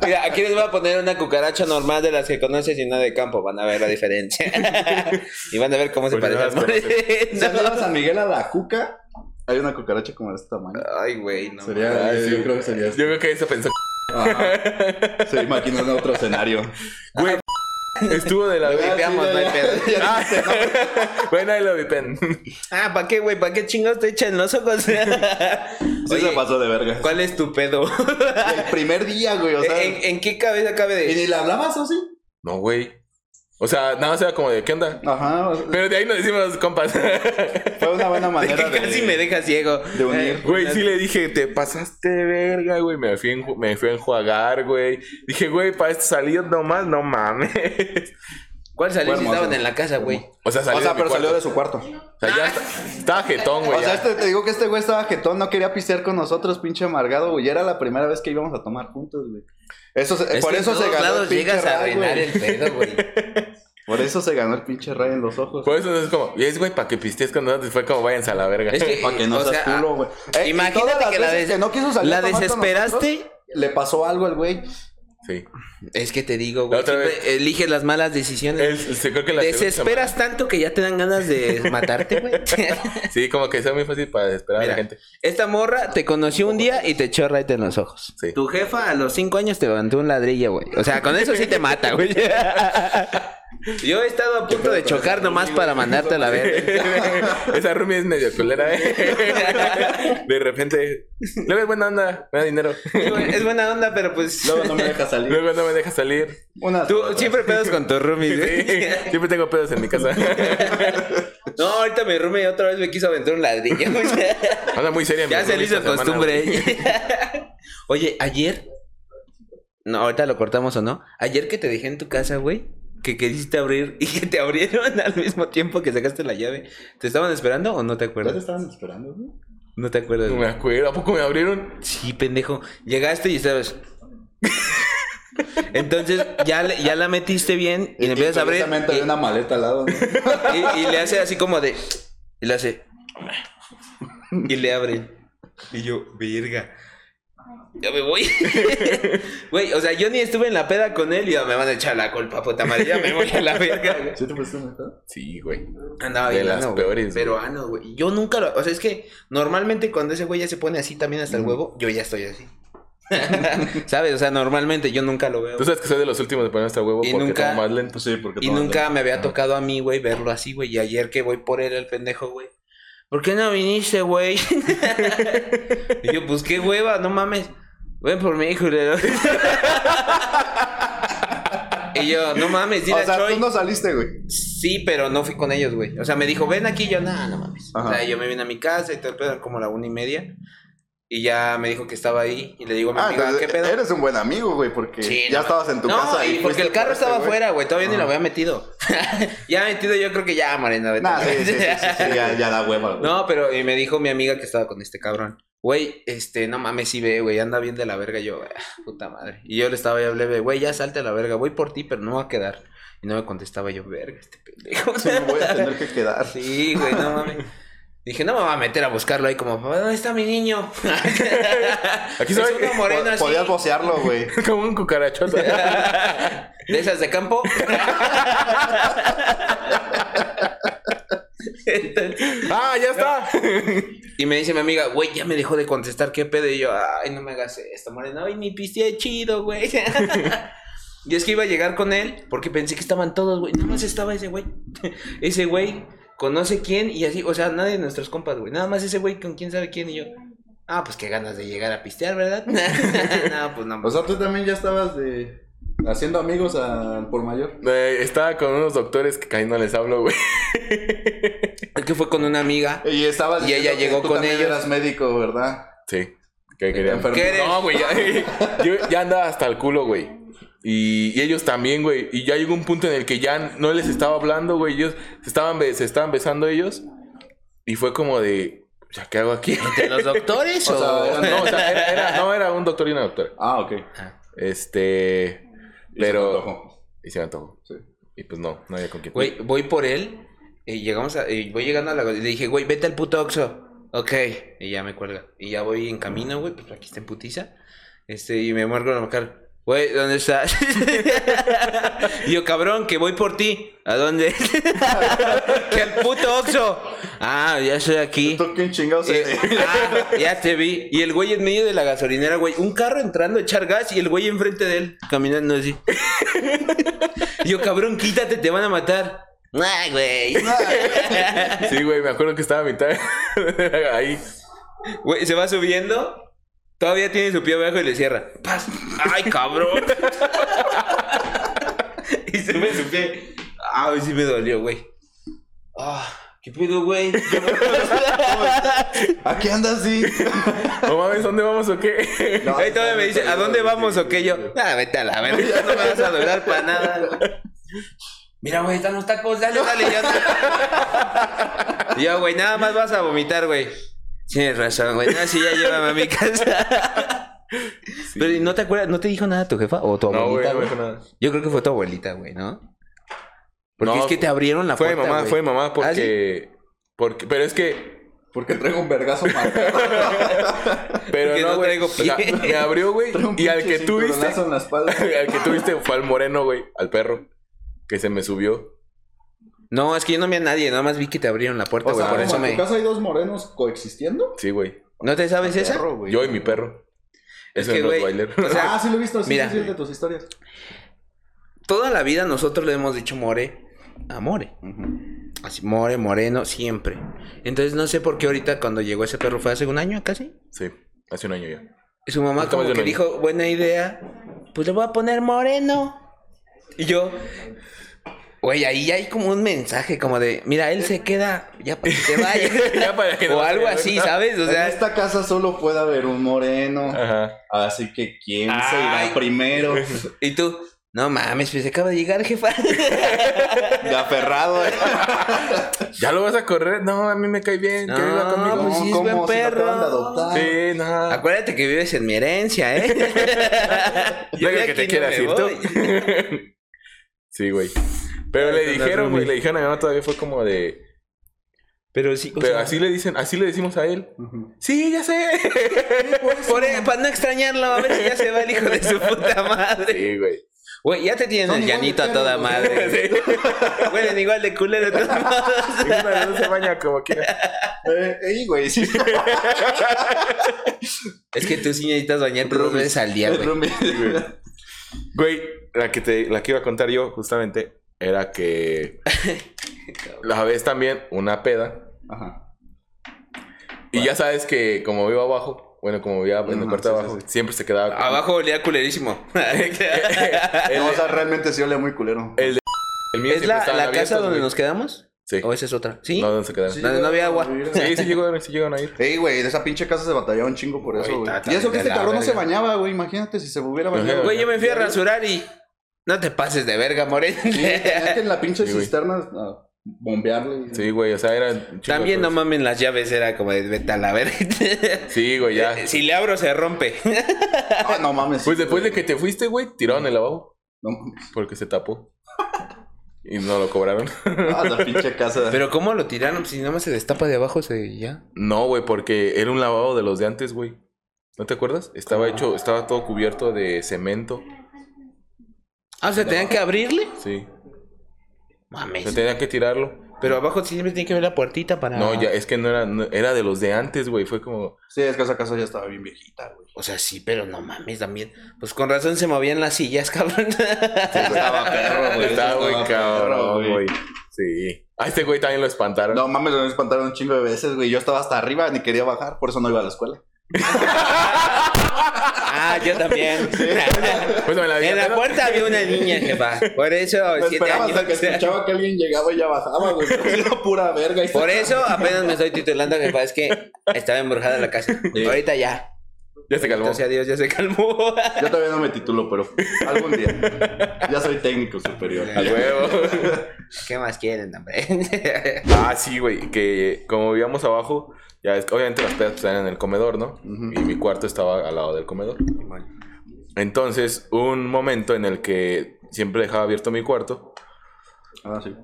Speaker 1: Mira, aquí les voy a poner una cucaracha normal de las que conoces y una de campo. Van a ver la
Speaker 2: [laughs]
Speaker 1: diferencia. y van a ver cómo se
Speaker 2: Pues
Speaker 3: Porque no
Speaker 1: parecen. [laughs]
Speaker 2: [laughs]
Speaker 3: las
Speaker 2: Si han ido a San Miguel a la cuca, hay una cucaracha como de este tamaño.
Speaker 1: Ay, güey, no.
Speaker 2: Sería, Ah,
Speaker 3: Ay, sí.
Speaker 2: yo creo que sería
Speaker 1: este.
Speaker 3: Yo creo que eso pensó.
Speaker 2: Ajá. [laughs] Se imaginan otro escenario.
Speaker 3: Güey. Estuvo de la
Speaker 1: Lo
Speaker 3: verga.
Speaker 1: vipeamos, no hay pedo.
Speaker 3: [laughs]
Speaker 1: [laughs]
Speaker 3: Ah, Bueno, ahí lo vipen.
Speaker 1: Ah, ¿para qué, güey? ¿Para qué chingados te echan los ojos? [laughs]
Speaker 2: Sí
Speaker 1: Oye,
Speaker 2: se pasó de verga.
Speaker 1: ¿Cuál Eh, es tu pedo?
Speaker 2: El primer día, güey, o sea.
Speaker 1: ¿En, en qué cabeza cabe [laughs]
Speaker 2: ¿Y
Speaker 1: de.?
Speaker 2: ni le hablabas o sí?
Speaker 3: No, güey. O sea, nada más era como de, ¿qué onda?
Speaker 2: Ajá. o sea,
Speaker 3: Pero de ahí nos decimos los compas. [laughs]
Speaker 2: Fue
Speaker 1: [laughs]
Speaker 2: una buena
Speaker 1: de
Speaker 2: manera
Speaker 1: que
Speaker 2: de...
Speaker 1: casi me deja ciego.
Speaker 2: de unir.
Speaker 1: Eh,
Speaker 3: Güey, sí le dije, te pasaste de verga, güey. Me fui, a enju- me fui a enjuagar, güey. Dije, güey, para esto salir nomás, no mames.
Speaker 1: ¿Cuál salió
Speaker 2: Fue
Speaker 1: si
Speaker 2: hermoso.
Speaker 1: estaban en la casa, güey?
Speaker 3: O sea, salió
Speaker 2: O sea,
Speaker 3: de mi
Speaker 2: pero salió de
Speaker 3: cuarto.
Speaker 2: su cuarto.
Speaker 3: O sea, ya está- estaba jetón,
Speaker 1: Pues
Speaker 3: güey.
Speaker 2: O sea,
Speaker 3: ya.
Speaker 2: este, te digo que este güey estaba jetón, no quería pistear con nosotros, pinche amargado, güey. Y Era la primera vez que íbamos a tomar juntos, güey. Eso se-
Speaker 1: Es
Speaker 2: por
Speaker 1: que en
Speaker 2: eso se
Speaker 1: todos
Speaker 2: ganó
Speaker 1: lados
Speaker 2: el pinche
Speaker 1: llegas a
Speaker 2: ray, güey.
Speaker 1: arruinar el pedo, güey.
Speaker 2: Por eso se ganó el pinche ray en los ojos.
Speaker 3: Por eso es como, y es, güey, para que pistees con nosotros. Fue como, váyanse a la verga.
Speaker 1: Es que,
Speaker 2: Para que no
Speaker 1: o sea,
Speaker 2: seas
Speaker 1: ah,
Speaker 2: culo, güey. Eh, y todas
Speaker 1: imagínate
Speaker 2: las
Speaker 1: que la,
Speaker 2: veces
Speaker 1: des-
Speaker 2: que no quiso salir
Speaker 1: la
Speaker 2: a tomar con
Speaker 1: desesperaste.
Speaker 2: Le pasó algo al güey.
Speaker 3: Sí.
Speaker 1: Es que te digo, güey.
Speaker 3: La otra
Speaker 1: siempre Eliges las malas decisiones.
Speaker 3: Es- se creo que la segunda
Speaker 1: Desesperas tanto que ya te dan ganas
Speaker 2: [laughs]
Speaker 1: de matarte, güey. [laughs]
Speaker 3: semana- Sí, como que sea muy fácil para desesperar a la
Speaker 1: Mira,
Speaker 3: gente.
Speaker 1: Esta morra te conoció un día y te echó right en los ojos.
Speaker 3: Sí.
Speaker 1: Tu jefa a los cinco años te levantó un ladrillo, güey. O sea, con eso sí te mata,
Speaker 2: [laughs]
Speaker 1: güey. Yo he estado a punto de chocar nomás para mandarte a la verga. [laughs]
Speaker 2: [laughs]
Speaker 3: Esa roomie es medio culera, ¿eh? De repente, luego es buena onda, me da dinero.
Speaker 1: Digo, Es buena onda, pero pues.
Speaker 2: Luego no me deja
Speaker 3: [laughs]
Speaker 2: salir.
Speaker 3: Luego no me deja salir.
Speaker 2: Una
Speaker 1: Tú siempre pedos con tus roomies,
Speaker 3: Sí,
Speaker 1: güey.
Speaker 3: siempre tengo pedos en mi casa.
Speaker 1: No, ahorita mi roomie otra vez me quiso aventar un
Speaker 3: [laughs]
Speaker 1: ladrillo. [laughs] güey.
Speaker 3: Anda muy seria. mi
Speaker 1: ya se
Speaker 3: roomie
Speaker 1: le hizo
Speaker 3: esta semana,
Speaker 1: costumbre.
Speaker 3: güey.
Speaker 1: [laughs] Oye, ayer. No, ahorita lo cortamos o no. Ayer que te dejé en tu casa, güey. Que quisiste abrir [laughs] y que te abrieron al mismo tiempo que sacaste la llave. ¿Te estaban esperando o no te
Speaker 2: ¿Ya te
Speaker 1: acuerdas?
Speaker 2: estaban esperando, güey?
Speaker 1: No te acuerdas.
Speaker 3: No
Speaker 1: güey.
Speaker 3: me acuerdo, ¿a poco me abrieron?
Speaker 1: Sí, pendejo. Llegaste y estabas. [laughs] Entonces ya, le- ya la metiste bien y, le empiezas a abrir.
Speaker 2: curiosamente
Speaker 1: y-
Speaker 2: había una maleta al
Speaker 1: [laughs]
Speaker 2: lado. ¿no?
Speaker 1: Y, y le hace así como de. Y le hace. Y le abre. Y yo, verga. Ya me voy. [laughs] Güey, o sea, yo ni estuve en la peda con él y ya me van a echar la culpa, puta madre. Ya me voy a la verga, güey.
Speaker 2: ¿Sí te pusiste una maleta?
Speaker 3: Sí, güey.
Speaker 1: Andaba
Speaker 3: De
Speaker 1: bien,
Speaker 3: las
Speaker 1: ano,
Speaker 3: peores, güey.
Speaker 1: Pero ano, güey. Yo nunca lo. O sea, es que normalmente cuando ese güey ya se pone así [laughs] también hasta el huevo, yo ya estoy así. ¿Sabes? O sea, normalmente yo nunca lo veo.
Speaker 3: Tú sabes que soy de los últimos de poner hasta huevo
Speaker 1: Y
Speaker 3: porque
Speaker 1: nunca-
Speaker 3: tomo más lento.
Speaker 2: Sí, porque
Speaker 1: Y
Speaker 2: todas
Speaker 1: nunca
Speaker 2: las-
Speaker 1: me había tocado a mí, güey, verlo así, güey. Y ayer que voy por él, el pendejo, güey. ¿Por qué no viniste, güey? [laughs] y yo, pues qué hueva, no mames. Ven por mi hijo, [laughs] Y yo, no mames, dile
Speaker 2: O sea,
Speaker 1: a Troy.
Speaker 2: tú no saliste, güey.
Speaker 1: Sí, pero no fui con ellos, güey. O sea, me dijo, ven aquí, y yo, nada, no mames. O
Speaker 2: Ajá.
Speaker 1: sea, yo me vine a mi casa y todo el pedo, era como la una y media. Y ya me dijo que estaba ahí. Y le digo a mi
Speaker 2: Ah,
Speaker 1: amiga,
Speaker 2: entonces
Speaker 1: ¿qué pedo?
Speaker 2: eres un buen amigo, güey, porque
Speaker 1: Sí,
Speaker 2: ya
Speaker 1: no,
Speaker 2: estabas en tu
Speaker 1: no,
Speaker 2: casa.
Speaker 1: y porque
Speaker 2: fuiste
Speaker 1: el carro
Speaker 2: por este,
Speaker 1: estaba
Speaker 2: güey.
Speaker 1: afuera, güey. Todavía ni lo había metido. [laughs] ya metido, yo creo que ya, Moreno. vete.
Speaker 2: Nah, sí, sí, sí, sí, sí, ya, ya da hueva, güey.
Speaker 1: [laughs] no, pero y me dijo mi amiga que estaba con este cabrón. Güey, este, no mames, sí ve, güey, anda bien de la verga. Y Yo, "Ah, puta madre. Y yo le estaba ya leve, güey, ya salte a la verga, voy por ti, pero no va a quedar. Y no me contestaba yo, verga, este pendejo.
Speaker 2: Sí, me voy a tener que
Speaker 1: [laughs]
Speaker 2: quedar.
Speaker 1: Sí, güey, no mames. Dije, no me voy a meter a buscarlo ahí como, "Papá, ¿dónde está mi niño? [laughs]
Speaker 3: Aquí
Speaker 1: es
Speaker 3: soy.
Speaker 1: uno moreno así.
Speaker 2: Podías vocearlo, güey.
Speaker 3: [laughs] Como un cucarachota.
Speaker 1: ¿De esas de campo? Entonces,
Speaker 3: ¡Ah, ya está!
Speaker 1: y me dice mi amiga, güey, ya me dejó de contestar, ¿qué pedo? Y yo, ay, no me hagas esto, morena. Ay, mi pisteé chido, güey. [laughs] y es que iba a llegar con él porque pensé que estaban todos, güey. Nada más estaba ese güey. [laughs] ese güey con no sé quién y así, o sea, nadie de nuestros compas, güey. Nada más ese güey con quién sabe quién y yo. Ah, pues qué ganas de llegar a pistear, ¿verdad? [laughs] no, pues no.
Speaker 2: O sea, tú también ya estabas de... haciendo amigos al por mayor.
Speaker 3: Eh, estaba con unos doctores que casi no les hablo, güey.
Speaker 1: Es que fue con una amiga.
Speaker 2: Y estabas
Speaker 1: Y
Speaker 2: diciendo
Speaker 1: ella
Speaker 2: que
Speaker 1: llegó
Speaker 2: tú
Speaker 1: con
Speaker 2: también
Speaker 1: ellos.
Speaker 2: eras médico, ¿verdad?
Speaker 3: Sí. ¿Qué querían?
Speaker 2: Enfermo.
Speaker 1: ¿Qué eres?
Speaker 3: No, güey, ya, yo ya andaba hasta el culo, güey. Y, y ellos también, güey. Y ya llegó un punto en el que ya no les estaba hablando, güey. Ellos se estaban, be- se estaban besando ellos. Y fue como de, ¿ya qué hago aquí? [laughs]
Speaker 1: ¿De los doctores o.?
Speaker 2: [laughs] O sea, eran-
Speaker 3: No, o sea, era, era- no, era un doctor y una doctora.
Speaker 2: Ah, ok.
Speaker 3: Este. Pero.
Speaker 2: Ojo.
Speaker 3: Y se me antojó.
Speaker 2: Sí.
Speaker 3: Y pues no, no había con quién.
Speaker 1: Güey, voy por él. Y llegamos a. y voy llegando a la. Y le dije, güey, vete al puto Oxxo. Ok. Y ya me cuelga. Y ya voy en camino, güey. Pues aquí está en putiza. Este, y me muergo la cara. Güey, ¿dónde estás? [laughs] y yo, cabrón, que voy por ti. ¿A dónde? [laughs] que al puto Oxxo. Ah, ya estoy aquí.
Speaker 2: ¿Tú quién chingados
Speaker 1: Eh,
Speaker 2: eres? [laughs]
Speaker 1: ah, ya te vi. Y el güey en medio de la gasolinera, güey. Un carro entrando a echar gas y el güey enfrente de él, caminando así. Y Yo, cabrón, quítate, te van a matar. Ay, güey.
Speaker 3: Sí, güey, me acuerdo que estaba a mitad. [laughs] Ahí.
Speaker 1: Güey, se va subiendo. Todavía tiene su pie abajo y le cierra. Paz. Ay, cabrón. [laughs] y se me su pie. Ay, sí me dolió, güey. Ah, qué pedo, [laughs] güey.
Speaker 2: Aquí andas, sí.
Speaker 3: No mames, ¿dónde vamos o qué?
Speaker 2: No,
Speaker 1: [laughs] Ahí todavía me dice, ¿a dónde vamos o qué? Yo, ah, vete a la verga, ya no me vas a doblar para nada, güey. Mira, güey, están los tacos, dale, dale, ya. dale. Y Yo, güey, nada más vas a vomitar, güey. Tienes razón, güey. No, sí, ya llévame a mi casa. [laughs] Pero ¿y no te acuerdas, no te dijo nada tu jefa o tu
Speaker 3: No, güey,
Speaker 1: abuelita,
Speaker 3: no me
Speaker 1: güey.
Speaker 3: dijo nada.
Speaker 1: Yo creo que fue tu abuelita, güey, ¿no? Porque
Speaker 3: No,
Speaker 1: es que te abrieron la
Speaker 3: Fue mi
Speaker 1: puerta,
Speaker 3: mamá,
Speaker 1: güey.
Speaker 3: fue mi mamá porque.
Speaker 1: ¿Ah, sí?
Speaker 3: porque pero es que.
Speaker 2: Porque traigo un vergazo
Speaker 1: [laughs]
Speaker 2: marcado.
Speaker 3: Pero
Speaker 1: Porque
Speaker 3: no,
Speaker 1: no
Speaker 3: güey.
Speaker 1: traigo
Speaker 3: o sea,
Speaker 1: pie.
Speaker 3: me
Speaker 1: [laughs]
Speaker 3: abrió, güey.
Speaker 2: Traigo un
Speaker 3: Y al
Speaker 2: pinche
Speaker 3: que tú viste.
Speaker 2: cinturonazo en la espalda.
Speaker 3: [laughs] al que tú viste fue al moreno, güey. Al perro. Que se me subió.
Speaker 1: No, es que yo no vi a nadie, nada más vi que te abrieron la puerta,
Speaker 2: O
Speaker 1: güey,
Speaker 2: sea,
Speaker 1: por
Speaker 2: ¿como
Speaker 1: eso
Speaker 2: en
Speaker 1: me...
Speaker 2: tu casa hay dos morenos coexistiendo?
Speaker 3: Sí, güey.
Speaker 1: ¿No Ah, te sabes esa?
Speaker 2: Perro, güey.
Speaker 3: Yo y mi perro.
Speaker 1: Es
Speaker 3: Es, un
Speaker 1: que, güey, [laughs]
Speaker 3: Rottweiler. [laughs]
Speaker 1: o sea,
Speaker 2: ah, sí lo he visto, sí,
Speaker 1: mira.
Speaker 2: sí, sí, de tus historias.
Speaker 1: Toda la vida nosotros le hemos dicho more a more. Así, more, moreno, siempre. Entonces no sé por qué ahorita cuando llegó ese perro fue hace un año casi.
Speaker 3: Sí, hace un año ya.
Speaker 1: Y su mamá
Speaker 3: Ahorita
Speaker 1: como
Speaker 3: más de
Speaker 1: que
Speaker 3: un año.
Speaker 1: dijo, buena idea, pues le voy a poner moreno. Y yo, güey, ahí ya hay como un mensaje como de, mira, él se queda ya para que te vaya.
Speaker 3: [laughs] Ya
Speaker 1: [laughs]
Speaker 3: para que no
Speaker 1: o
Speaker 3: se
Speaker 1: algo
Speaker 3: vaya,
Speaker 1: así,
Speaker 3: ¿no?
Speaker 1: ¿sabes? O sea, Ah,
Speaker 2: en esta casa solo puede haber un moreno.
Speaker 3: Ajá.
Speaker 2: Así que, ¿quién se
Speaker 1: Ay.
Speaker 2: irá primero?
Speaker 1: y tú, no mames, pues acaba de llegar,
Speaker 3: [laughs]
Speaker 1: jefa.
Speaker 2: De aferrado, eh.
Speaker 3: ¿Ya lo vas a correr? No, a mí me cae bien. que
Speaker 1: No,
Speaker 3: viva conmigo.
Speaker 1: pues sí es
Speaker 2: ¿Cómo?
Speaker 1: buen
Speaker 2: Si lo acaban
Speaker 1: perro.
Speaker 2: de adoptar.
Speaker 3: Sí, no.
Speaker 1: Acuérdate que vives en mi herencia, ¿eh? [laughs] Yo
Speaker 3: Venga,
Speaker 1: de
Speaker 3: que
Speaker 1: aquí
Speaker 3: te
Speaker 1: no
Speaker 3: quieras
Speaker 1: me
Speaker 3: ir tú.
Speaker 1: voy.
Speaker 3: Sí, güey. Pero le
Speaker 1: Ay, con la
Speaker 3: dijeron, güey,
Speaker 1: Rumi.
Speaker 3: le dijeron a mi mamá todavía fue como de.
Speaker 1: Pero sí, o
Speaker 3: Pero
Speaker 1: sea,
Speaker 3: así le dicen, así le decimos a él. Sí, ya sé.
Speaker 1: [laughs] e, por- para no extrañarlo, a ver si ya se va el hijo de su puta madre. [laughs]
Speaker 3: Sí, güey.
Speaker 1: Güey, ya te tienen
Speaker 2: Son
Speaker 1: el
Speaker 2: igual de
Speaker 1: llanito a
Speaker 2: perros,
Speaker 1: toda
Speaker 2: güey.
Speaker 1: madre. [laughs] güey. Huelen igual de culero de todos modos.
Speaker 3: Una de dos se baña como quiera.
Speaker 2: Eh, ey, güey, sí.
Speaker 1: [laughs] Es que tú sí necesitas bañarte dos veces al día, güey.
Speaker 2: Rumi.
Speaker 3: Güey, la que te la que iba a contar yo justamente era
Speaker 1: [laughs]
Speaker 3: que la vez también una peda
Speaker 2: Ajá.
Speaker 3: y ya sabes que como vivo abajo, bueno, como vivía en el
Speaker 2: Ajá,
Speaker 3: cuarto
Speaker 2: sí,
Speaker 3: de abajo,
Speaker 2: sí,
Speaker 3: siempre se quedaba con-
Speaker 1: Abajo olía [laughs] culerísimo.
Speaker 3: el,
Speaker 2: No, o sea, realmente sí olía muy culero.
Speaker 3: el de- el mío
Speaker 1: ¿Es
Speaker 3: siempre
Speaker 1: la,
Speaker 3: estaban
Speaker 1: la
Speaker 3: abiertos,
Speaker 1: casa donde
Speaker 3: güey.
Speaker 1: nos quedamos?
Speaker 3: Sí.
Speaker 1: ¿O esa es otra? ¿Sí?
Speaker 3: No, donde se quedaron.
Speaker 2: Sí,
Speaker 1: donde no había agua.
Speaker 3: Sí, sí llegaron, sí llegaron a ir.
Speaker 2: Ey, güey, de esa pinche casa se batallaba un chingo por eso,
Speaker 1: Güey,
Speaker 2: güey.
Speaker 1: está-
Speaker 2: Y eso
Speaker 1: está
Speaker 2: que
Speaker 1: de
Speaker 2: este
Speaker 1: la
Speaker 2: cabrón no se
Speaker 1: verga.
Speaker 2: bañaba, güey. Imagínate si se hubiera bañado.
Speaker 1: Güey, yo me fui a rasurar y. No te pases de verga, Morel.
Speaker 2: Sí, tenía que en la pinche
Speaker 3: Sí, güey.
Speaker 2: cisterna a bombearle.
Speaker 3: Sí, güey, o sea, era un chingo
Speaker 1: También
Speaker 3: de
Speaker 1: no
Speaker 3: cosas.
Speaker 1: mames las llaves, era como de vete a la verga.
Speaker 3: Sí, güey,
Speaker 1: [laughs]
Speaker 3: ya.
Speaker 1: Si le abro se rompe.
Speaker 2: Ah, no mames.
Speaker 3: Pues después de que te fuiste, güey, tiraron el abajo
Speaker 2: No mames.
Speaker 3: porque
Speaker 1: [laughs]
Speaker 3: se tapó. Y no lo cobraron.
Speaker 2: Ah, la pinche casa.
Speaker 1: [laughs] Pero ¿cómo lo tiraron? Si nada más se destapa de abajo, se ya.
Speaker 3: No, güey, porque era un lavado de los de antes, güey. ¿No te acuerdas? Estaba hecho, estaba todo cubierto de cemento.
Speaker 1: Ah, o sea, tenían que abrirle.
Speaker 3: Sí. O sea,
Speaker 1: Mames.
Speaker 3: tenían que tirarlo.
Speaker 1: Pero abajo siempre tiene que ver la puertita para.
Speaker 3: No, ya, es que no era, no- era de los de antes, güey. Fue como.
Speaker 2: Sí, es que esa casa ya estaba bien viejita, güey.
Speaker 1: O sea, sí, pero no mames también. Pues con razón se movían las sillas, [laughs] cabrón.
Speaker 2: [laughs] Estaba perro, güey.
Speaker 3: Estaba muy
Speaker 2: Ah, Estaba perro,
Speaker 3: cabrón, güey. Sí. A este güey también lo espantaron.
Speaker 2: No mames, me espantaron un chingo de veces, güey. Yo estaba hasta arriba, ni quería bajar, por eso no iba a la escuela.
Speaker 1: ah, yo [laughs] también.
Speaker 3: Pues me la vi
Speaker 1: en la
Speaker 3: entera.
Speaker 1: puerta había una niña, jefa. Por eso,
Speaker 3: Pues
Speaker 2: Me
Speaker 1: siete
Speaker 2: Pues esperaba hasta que
Speaker 1: años.
Speaker 2: escuchaba que alguien llegaba y ya bajaba, [laughs] güey. Pero era pura verga. Y
Speaker 1: Por eso apenas me estoy titulando, jefa. Es que estaba embrujada la casa. Ahorita ya.
Speaker 3: Ya se calmó.
Speaker 1: Entonces, adiós, ya se calmó.
Speaker 2: Yo todavía no me titulo, pero algún día. Ya soy técnico superior.
Speaker 3: A huevo. [laughs]
Speaker 1: ¿Qué más quieren, hombre?
Speaker 3: Ah, sí, güey, que como vivíamos abajo, ya es que obviamente las pedas pues, eran en el comedor, ¿no?
Speaker 2: Ujú.
Speaker 3: Y mi cuarto estaba al lado del comedor. Entonces, hubo un momento en el que siempre dejaba abierto mi cuarto
Speaker 2: Ah, sí.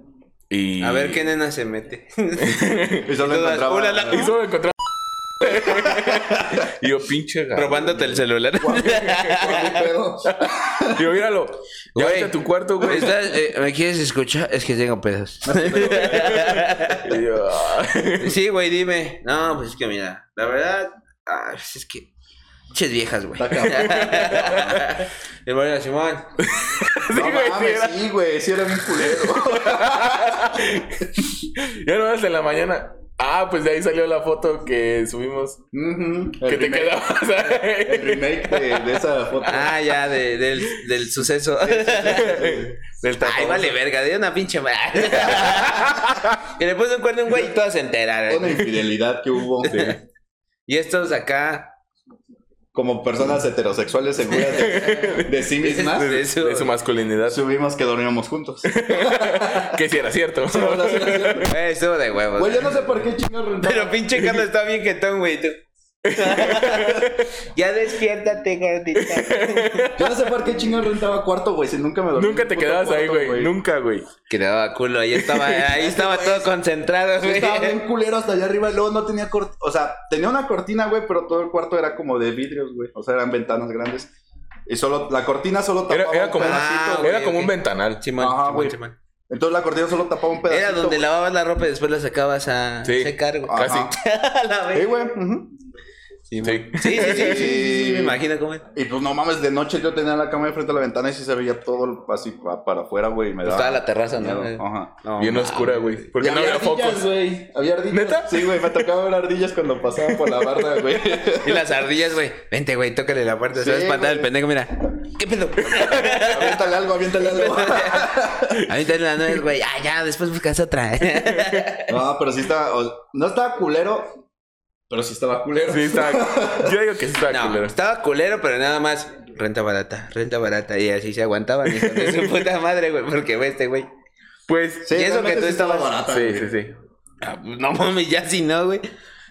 Speaker 1: [laughs]
Speaker 3: y...
Speaker 1: A ver qué nena se [laughs] mete.
Speaker 2: Y solo
Speaker 1: Y todas,
Speaker 2: encontraba...
Speaker 1: "Ulala".
Speaker 3: Y solo encontraba... y yo, pinche gato.
Speaker 1: Probándote el celular.
Speaker 2: [laughs] Pero-
Speaker 3: Digo, míralo.
Speaker 1: [laughs]
Speaker 3: Ya
Speaker 1: Güey.
Speaker 3: vete a tu
Speaker 1: [laughs]
Speaker 3: cuarto, güey.
Speaker 1: ¿Estás, eh, ¿Me quieres escuchar? Es que tengo pedos.
Speaker 3: Y yo, "Ah".
Speaker 1: [laughs]
Speaker 3: [laughs]
Speaker 1: sí, güey, dime. No, pues es que mira, la verdad, ah, pues es que. Ches viejas, güey. [laughs]
Speaker 2: Está cabrón.
Speaker 1: Y bueno, Simón.
Speaker 3: Sí,
Speaker 2: No
Speaker 3: güey, sí,
Speaker 2: mames,
Speaker 3: era- [laughs]
Speaker 2: sí, güey, sí era bien culero.
Speaker 3: Ya no en la mañana. Ah, pues de ahí salió la foto que
Speaker 2: [laughs]
Speaker 3: subimos.
Speaker 2: Ujú.
Speaker 3: Que
Speaker 2: el,
Speaker 3: te
Speaker 2: remake,
Speaker 3: quedabas ahí.
Speaker 2: [laughs] el remake de, de esa foto.
Speaker 1: Ah, ya, de- del, del suceso.
Speaker 3: Del
Speaker 1: [laughs]
Speaker 3: tatuaje.
Speaker 1: Ay, vale, verga, de una pinche. [laughs] y le puse un cuerno a un güey y todos se
Speaker 2: Una
Speaker 1: enteraron.
Speaker 2: infidelidad que hubo.
Speaker 1: Y estos acá.
Speaker 2: Como personas heterosexuales seguras
Speaker 3: [laughs]
Speaker 2: de, de sí mismas,
Speaker 1: este, De-
Speaker 3: De su, de su masculinidad.
Speaker 2: subimos que dormíamos
Speaker 3: [laughs]
Speaker 2: juntos.
Speaker 3: Que si era cierto.
Speaker 1: Güey, estuvo de huevos.
Speaker 2: Güey, yo no sé por qué chingados rentaba.
Speaker 1: Pero pinche Carlos está bien jetón, güey.
Speaker 2: [laughs]
Speaker 1: Tú. ya despiértate, gordita.
Speaker 2: Yo no sé por qué chingados rentaba cuarto, güey, si nunca me dormí.
Speaker 3: [laughs] Nunca te
Speaker 2: Puto
Speaker 3: quedabas ahí,
Speaker 2: cuarto,
Speaker 3: güey. Nunca, güey.
Speaker 1: Que le daba culo, ahí estaba, ahí
Speaker 2: [laughs]
Speaker 1: estaba todo concentrado,
Speaker 2: Yo
Speaker 1: güey.
Speaker 2: estaba bien culero hasta allá arriba y luego no tenía cortina. O sea, tenía una cortina, güey, pero todo el cuarto era como de vidrios, güey. O sea, eran ventanas grandes. Y solo, la cortina solo tapaba
Speaker 3: Era, era
Speaker 2: un
Speaker 3: como,
Speaker 2: pedacito,
Speaker 1: Ah,
Speaker 2: güey.
Speaker 3: era
Speaker 1: ok,
Speaker 3: como
Speaker 1: ok.
Speaker 3: un ventanal.
Speaker 1: Simón,
Speaker 2: Ajá,
Speaker 1: Simón,
Speaker 2: güey.
Speaker 1: Simón.
Speaker 2: Entonces la cortina solo tapaba un pedacito.
Speaker 1: Era donde
Speaker 2: güey.
Speaker 1: lavabas la ropa y después la sacabas a
Speaker 3: Sí.
Speaker 1: secar, güey.
Speaker 3: Ah.
Speaker 1: [laughs]
Speaker 2: Ajá.
Speaker 1: A la vez.
Speaker 2: Sí, güey. ujú.
Speaker 3: Sí.
Speaker 1: Sí, sí, sí, sí, sí, sí, sí, me imagino cómo es.
Speaker 2: Y pues no mames, de noche yo tenía la cama de frente a la ventana y sí se veía todo así pa- para afuera, güey. y Me
Speaker 1: Pues
Speaker 2: daba
Speaker 1: estaba la terraza, ¿no?
Speaker 2: miedo. Ajá.
Speaker 1: No,
Speaker 3: Bien
Speaker 1: ma-
Speaker 3: oscura, güey. Porque
Speaker 2: Y
Speaker 3: no había
Speaker 2: ardillas,
Speaker 3: focos.
Speaker 2: güey. Había ardillas.
Speaker 3: ¿Neta?
Speaker 2: Sí, güey. Me tocaba ver ardillas cuando pasaba por la barda,
Speaker 3: [laughs]
Speaker 2: güey.
Speaker 1: Y las ardillas, güey. Vente, güey, tócale la puerta. Se va a
Speaker 2: Sí,
Speaker 1: espantar el
Speaker 2: güey.
Speaker 1: pendejo, mira. ¿Qué
Speaker 2: [laughs]
Speaker 1: pedo? [laughs]
Speaker 2: aviéntale algo, aviéntale
Speaker 3: [laughs]
Speaker 2: algo.
Speaker 1: A mí te la nuez, güey. Ah, ya, después buscas otra.
Speaker 2: No, pero sí estaba. o- no estaba culero, pero sí estaba culero.
Speaker 3: Sí, está. Yo digo que sí está
Speaker 1: No,
Speaker 3: culero.
Speaker 1: estaba culero, pero nada más renta barata, renta barata. Y así se aguantaban hijos de su [laughs] puta madre, güey, porque, güey, este güey.
Speaker 3: Pues.
Speaker 1: Y eso
Speaker 2: realmente
Speaker 1: que tú
Speaker 2: sí estaba
Speaker 1: estabas-
Speaker 2: barata,
Speaker 3: Sí,
Speaker 2: güey.
Speaker 3: sí, sí.
Speaker 1: ah, pues, No mames, ya si no, güey.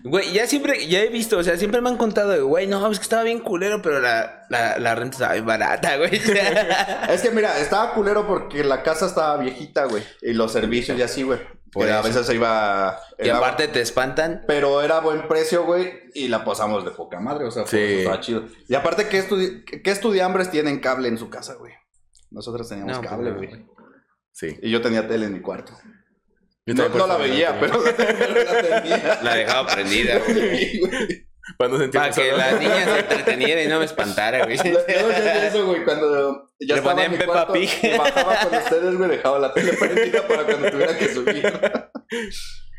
Speaker 1: Güey, ya siempre, ya he visto, o sea, siempre me han contado, güey, no, es que estaba bien culero, pero la, la, la renta estaba bien barata, güey. [laughs]
Speaker 2: Es que mira, estaba culero porque la casa estaba viejita, güey. Y los servicios y así, güey.
Speaker 1: Por
Speaker 2: Que a
Speaker 1: eso.
Speaker 2: veces se iba.
Speaker 1: y
Speaker 2: era-
Speaker 1: aparte te espantan.
Speaker 2: Pero era buen precio, güey. Y la pasamos de poca madre, o sea, por
Speaker 3: Sí.
Speaker 2: eso estaba chido. Y aparte, ¿qué, estudi ¿qué estudiambres tienen cable en su casa, güey? Nosotros teníamos
Speaker 1: No, pues,
Speaker 2: cable,
Speaker 1: no.
Speaker 2: güey.
Speaker 3: Sí.
Speaker 2: Y yo tenía tele en mi cuarto.
Speaker 3: Yo
Speaker 2: no,
Speaker 3: también
Speaker 2: no la
Speaker 3: personalmente
Speaker 2: veía,
Speaker 3: también.
Speaker 2: pero pero la tenía.
Speaker 1: La dejaba prendida, güey.
Speaker 3: Cuando sentí
Speaker 1: Para que la niña se entreteniera y no me espantara, güey.
Speaker 2: Luego ya eso, güey, cuando yo
Speaker 1: Le
Speaker 2: estaba
Speaker 1: ponía
Speaker 2: en mi
Speaker 1: en Peppa
Speaker 2: cuarto,
Speaker 1: Pig.
Speaker 2: me bajaba con ustedes, güey, dejaba la tele prendida para cuando tuviera que subir.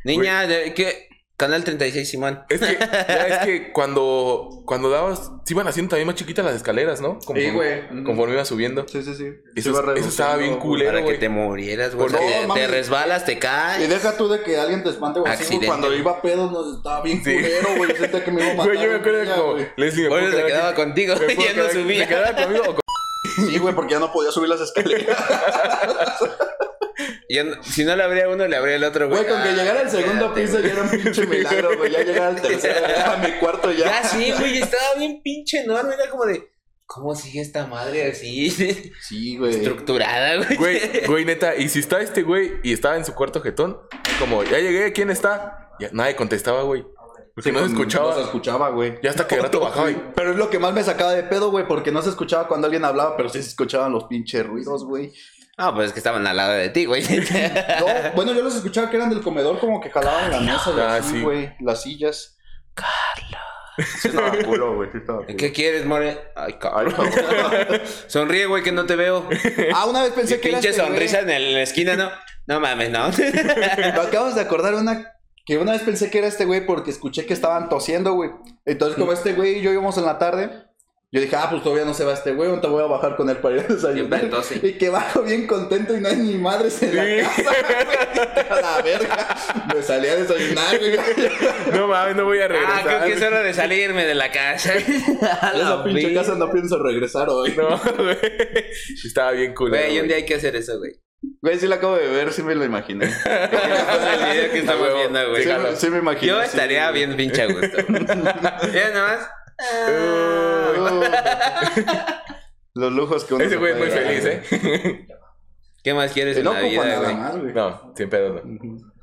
Speaker 1: Niña, ¿de ¿qué? Canal 36, Simón.
Speaker 3: [laughs] Es que, ya es que cuando, cuando dabas, se iban haciendo también más chiquitas las escaleras, ¿no? Conforme,
Speaker 2: Sí, güey.
Speaker 3: conforme ibas subiendo.
Speaker 2: Sí, sí, sí.
Speaker 3: Eso-
Speaker 2: Se iba
Speaker 3: eso
Speaker 2: reduciendo,
Speaker 3: estaba bien
Speaker 2: güey.
Speaker 3: culero.
Speaker 1: Para que
Speaker 3: güey.
Speaker 1: te murieras, güey.
Speaker 2: Por
Speaker 1: O sea,
Speaker 2: no,
Speaker 1: te,
Speaker 2: mami.
Speaker 1: te resbalas, te
Speaker 2: Y
Speaker 1: caes.
Speaker 2: deja tú de que alguien te espante, güey. así, güey,
Speaker 1: Accidente.
Speaker 2: Cuando iba a pedos, nos estaba bien
Speaker 3: Sí.
Speaker 2: culero, güey. Sentía que me iba a matar.
Speaker 3: [laughs] Güey, yo me acuerdo
Speaker 2: güey,
Speaker 3: como
Speaker 2: güey.
Speaker 3: Leslie me
Speaker 1: Bueno,
Speaker 3: puedo
Speaker 1: se
Speaker 3: quedar
Speaker 1: quedaba
Speaker 3: aquí.
Speaker 1: contigo,
Speaker 3: Me puedo
Speaker 1: ya no
Speaker 3: quedar-
Speaker 1: subía.
Speaker 3: ¿Se quedaba conmigo o con-
Speaker 2: Sí, güey, porque ya no podía subir las
Speaker 3: [laughs]
Speaker 2: escaleras.
Speaker 1: Ya no- si no le abría uno, le abría el otro, güey.
Speaker 2: Güey, con que
Speaker 1: Ah,
Speaker 2: llegara al segundo
Speaker 1: espérate,
Speaker 2: piso
Speaker 1: güey.
Speaker 2: ya era un pinche milagro, güey. Ya llegara
Speaker 3: [laughs]
Speaker 2: al tercero, ya a mi cuarto ya.
Speaker 1: Ya sí, güey, estaba bien pinche enorme. Era como de, ¿cómo sigue esta madre así? [laughs]
Speaker 2: Sí, güey.
Speaker 1: Estructurada, güey. [laughs]
Speaker 3: Güey, güey, neta, y si está este güey y estaba en su cuarto jetón, como, ya llegué, ¿quién está? Ya, nadie contestaba, güey. Porque no se
Speaker 2: No se
Speaker 3: escuchaba.
Speaker 2: escuchaba, güey.
Speaker 3: Ya hasta que de rato
Speaker 2: [laughs]
Speaker 3: bajaba y...
Speaker 2: Pero es lo que más me sacaba de pedo, güey, porque no se escuchaba cuando alguien hablaba, pero sí se escuchaban los pinches ruidos, güey.
Speaker 1: Ah, pues es que estaban al lado de ti,
Speaker 2: [laughs]
Speaker 1: güey.
Speaker 2: No,
Speaker 3: [laughs]
Speaker 2: bueno, yo los escuchaba que eran del comedor, como que jalaban la mesa, y
Speaker 3: Ah,
Speaker 2: así,
Speaker 3: sí.
Speaker 2: güey, las sillas. Carlos. Sí estaba culo, güey, sí estaba culo.
Speaker 1: ¿Qué quieres, More? Ay,
Speaker 2: Ay,
Speaker 1: cabrón.
Speaker 2: cabrón.
Speaker 1: Sonríe, güey, que no te veo.
Speaker 2: ah, una vez pensé
Speaker 1: Y
Speaker 2: que era
Speaker 1: pinche
Speaker 2: este, güey.
Speaker 1: sonrisa en, el- en la esquina, ¿no? No mames, no. [laughs] Ah,
Speaker 2: Me acabas de acordar una que una vez pensé que era este güey porque escuché que estaban tosiendo, güey. Entonces, como este güey y yo íbamos en la tarde, yo dije, ah, pues todavía no se va este güey, te voy a bajar con él para ir a desayunar.
Speaker 1: Siempre tose.
Speaker 2: Y que bajo bien contento y no hay ni madres en la casa. güey. a la verga. Me salí a desayunar, güey.
Speaker 3: No mames, no voy a
Speaker 1: Ah,
Speaker 3: regresar.
Speaker 1: creo que es hora de salirme de la casa.
Speaker 2: [laughs] [laughs] A esa pinche casa no pienso regresar hoy.
Speaker 3: [laughs] No, güey. [laughs] Estaba bien cool.
Speaker 1: Güey, un día hay que hacer eso, güey.
Speaker 2: Güey, sí la acabo de ver, sí me lo
Speaker 3: [laughs]
Speaker 2: imaginé. Sí,
Speaker 1: Es el video que estamos
Speaker 3: huevo.
Speaker 1: viendo, güey.
Speaker 3: Sí,
Speaker 2: me- sí me imaginé.
Speaker 1: Yo
Speaker 2: sí.
Speaker 1: estaría bien pinche a
Speaker 3: [laughs]
Speaker 1: gusto. Ya nomás.
Speaker 2: Ah. Los lujos que uno
Speaker 3: Ese
Speaker 2: se
Speaker 3: güey es muy
Speaker 2: puede dar,
Speaker 3: feliz,
Speaker 2: güey.
Speaker 3: ¿eh?
Speaker 1: ¿Qué más quieres
Speaker 2: Y
Speaker 1: en
Speaker 2: no
Speaker 1: la
Speaker 2: ocupa
Speaker 1: vida,
Speaker 2: nada
Speaker 1: güey?
Speaker 2: más, güey.
Speaker 3: No, sin pedo, no.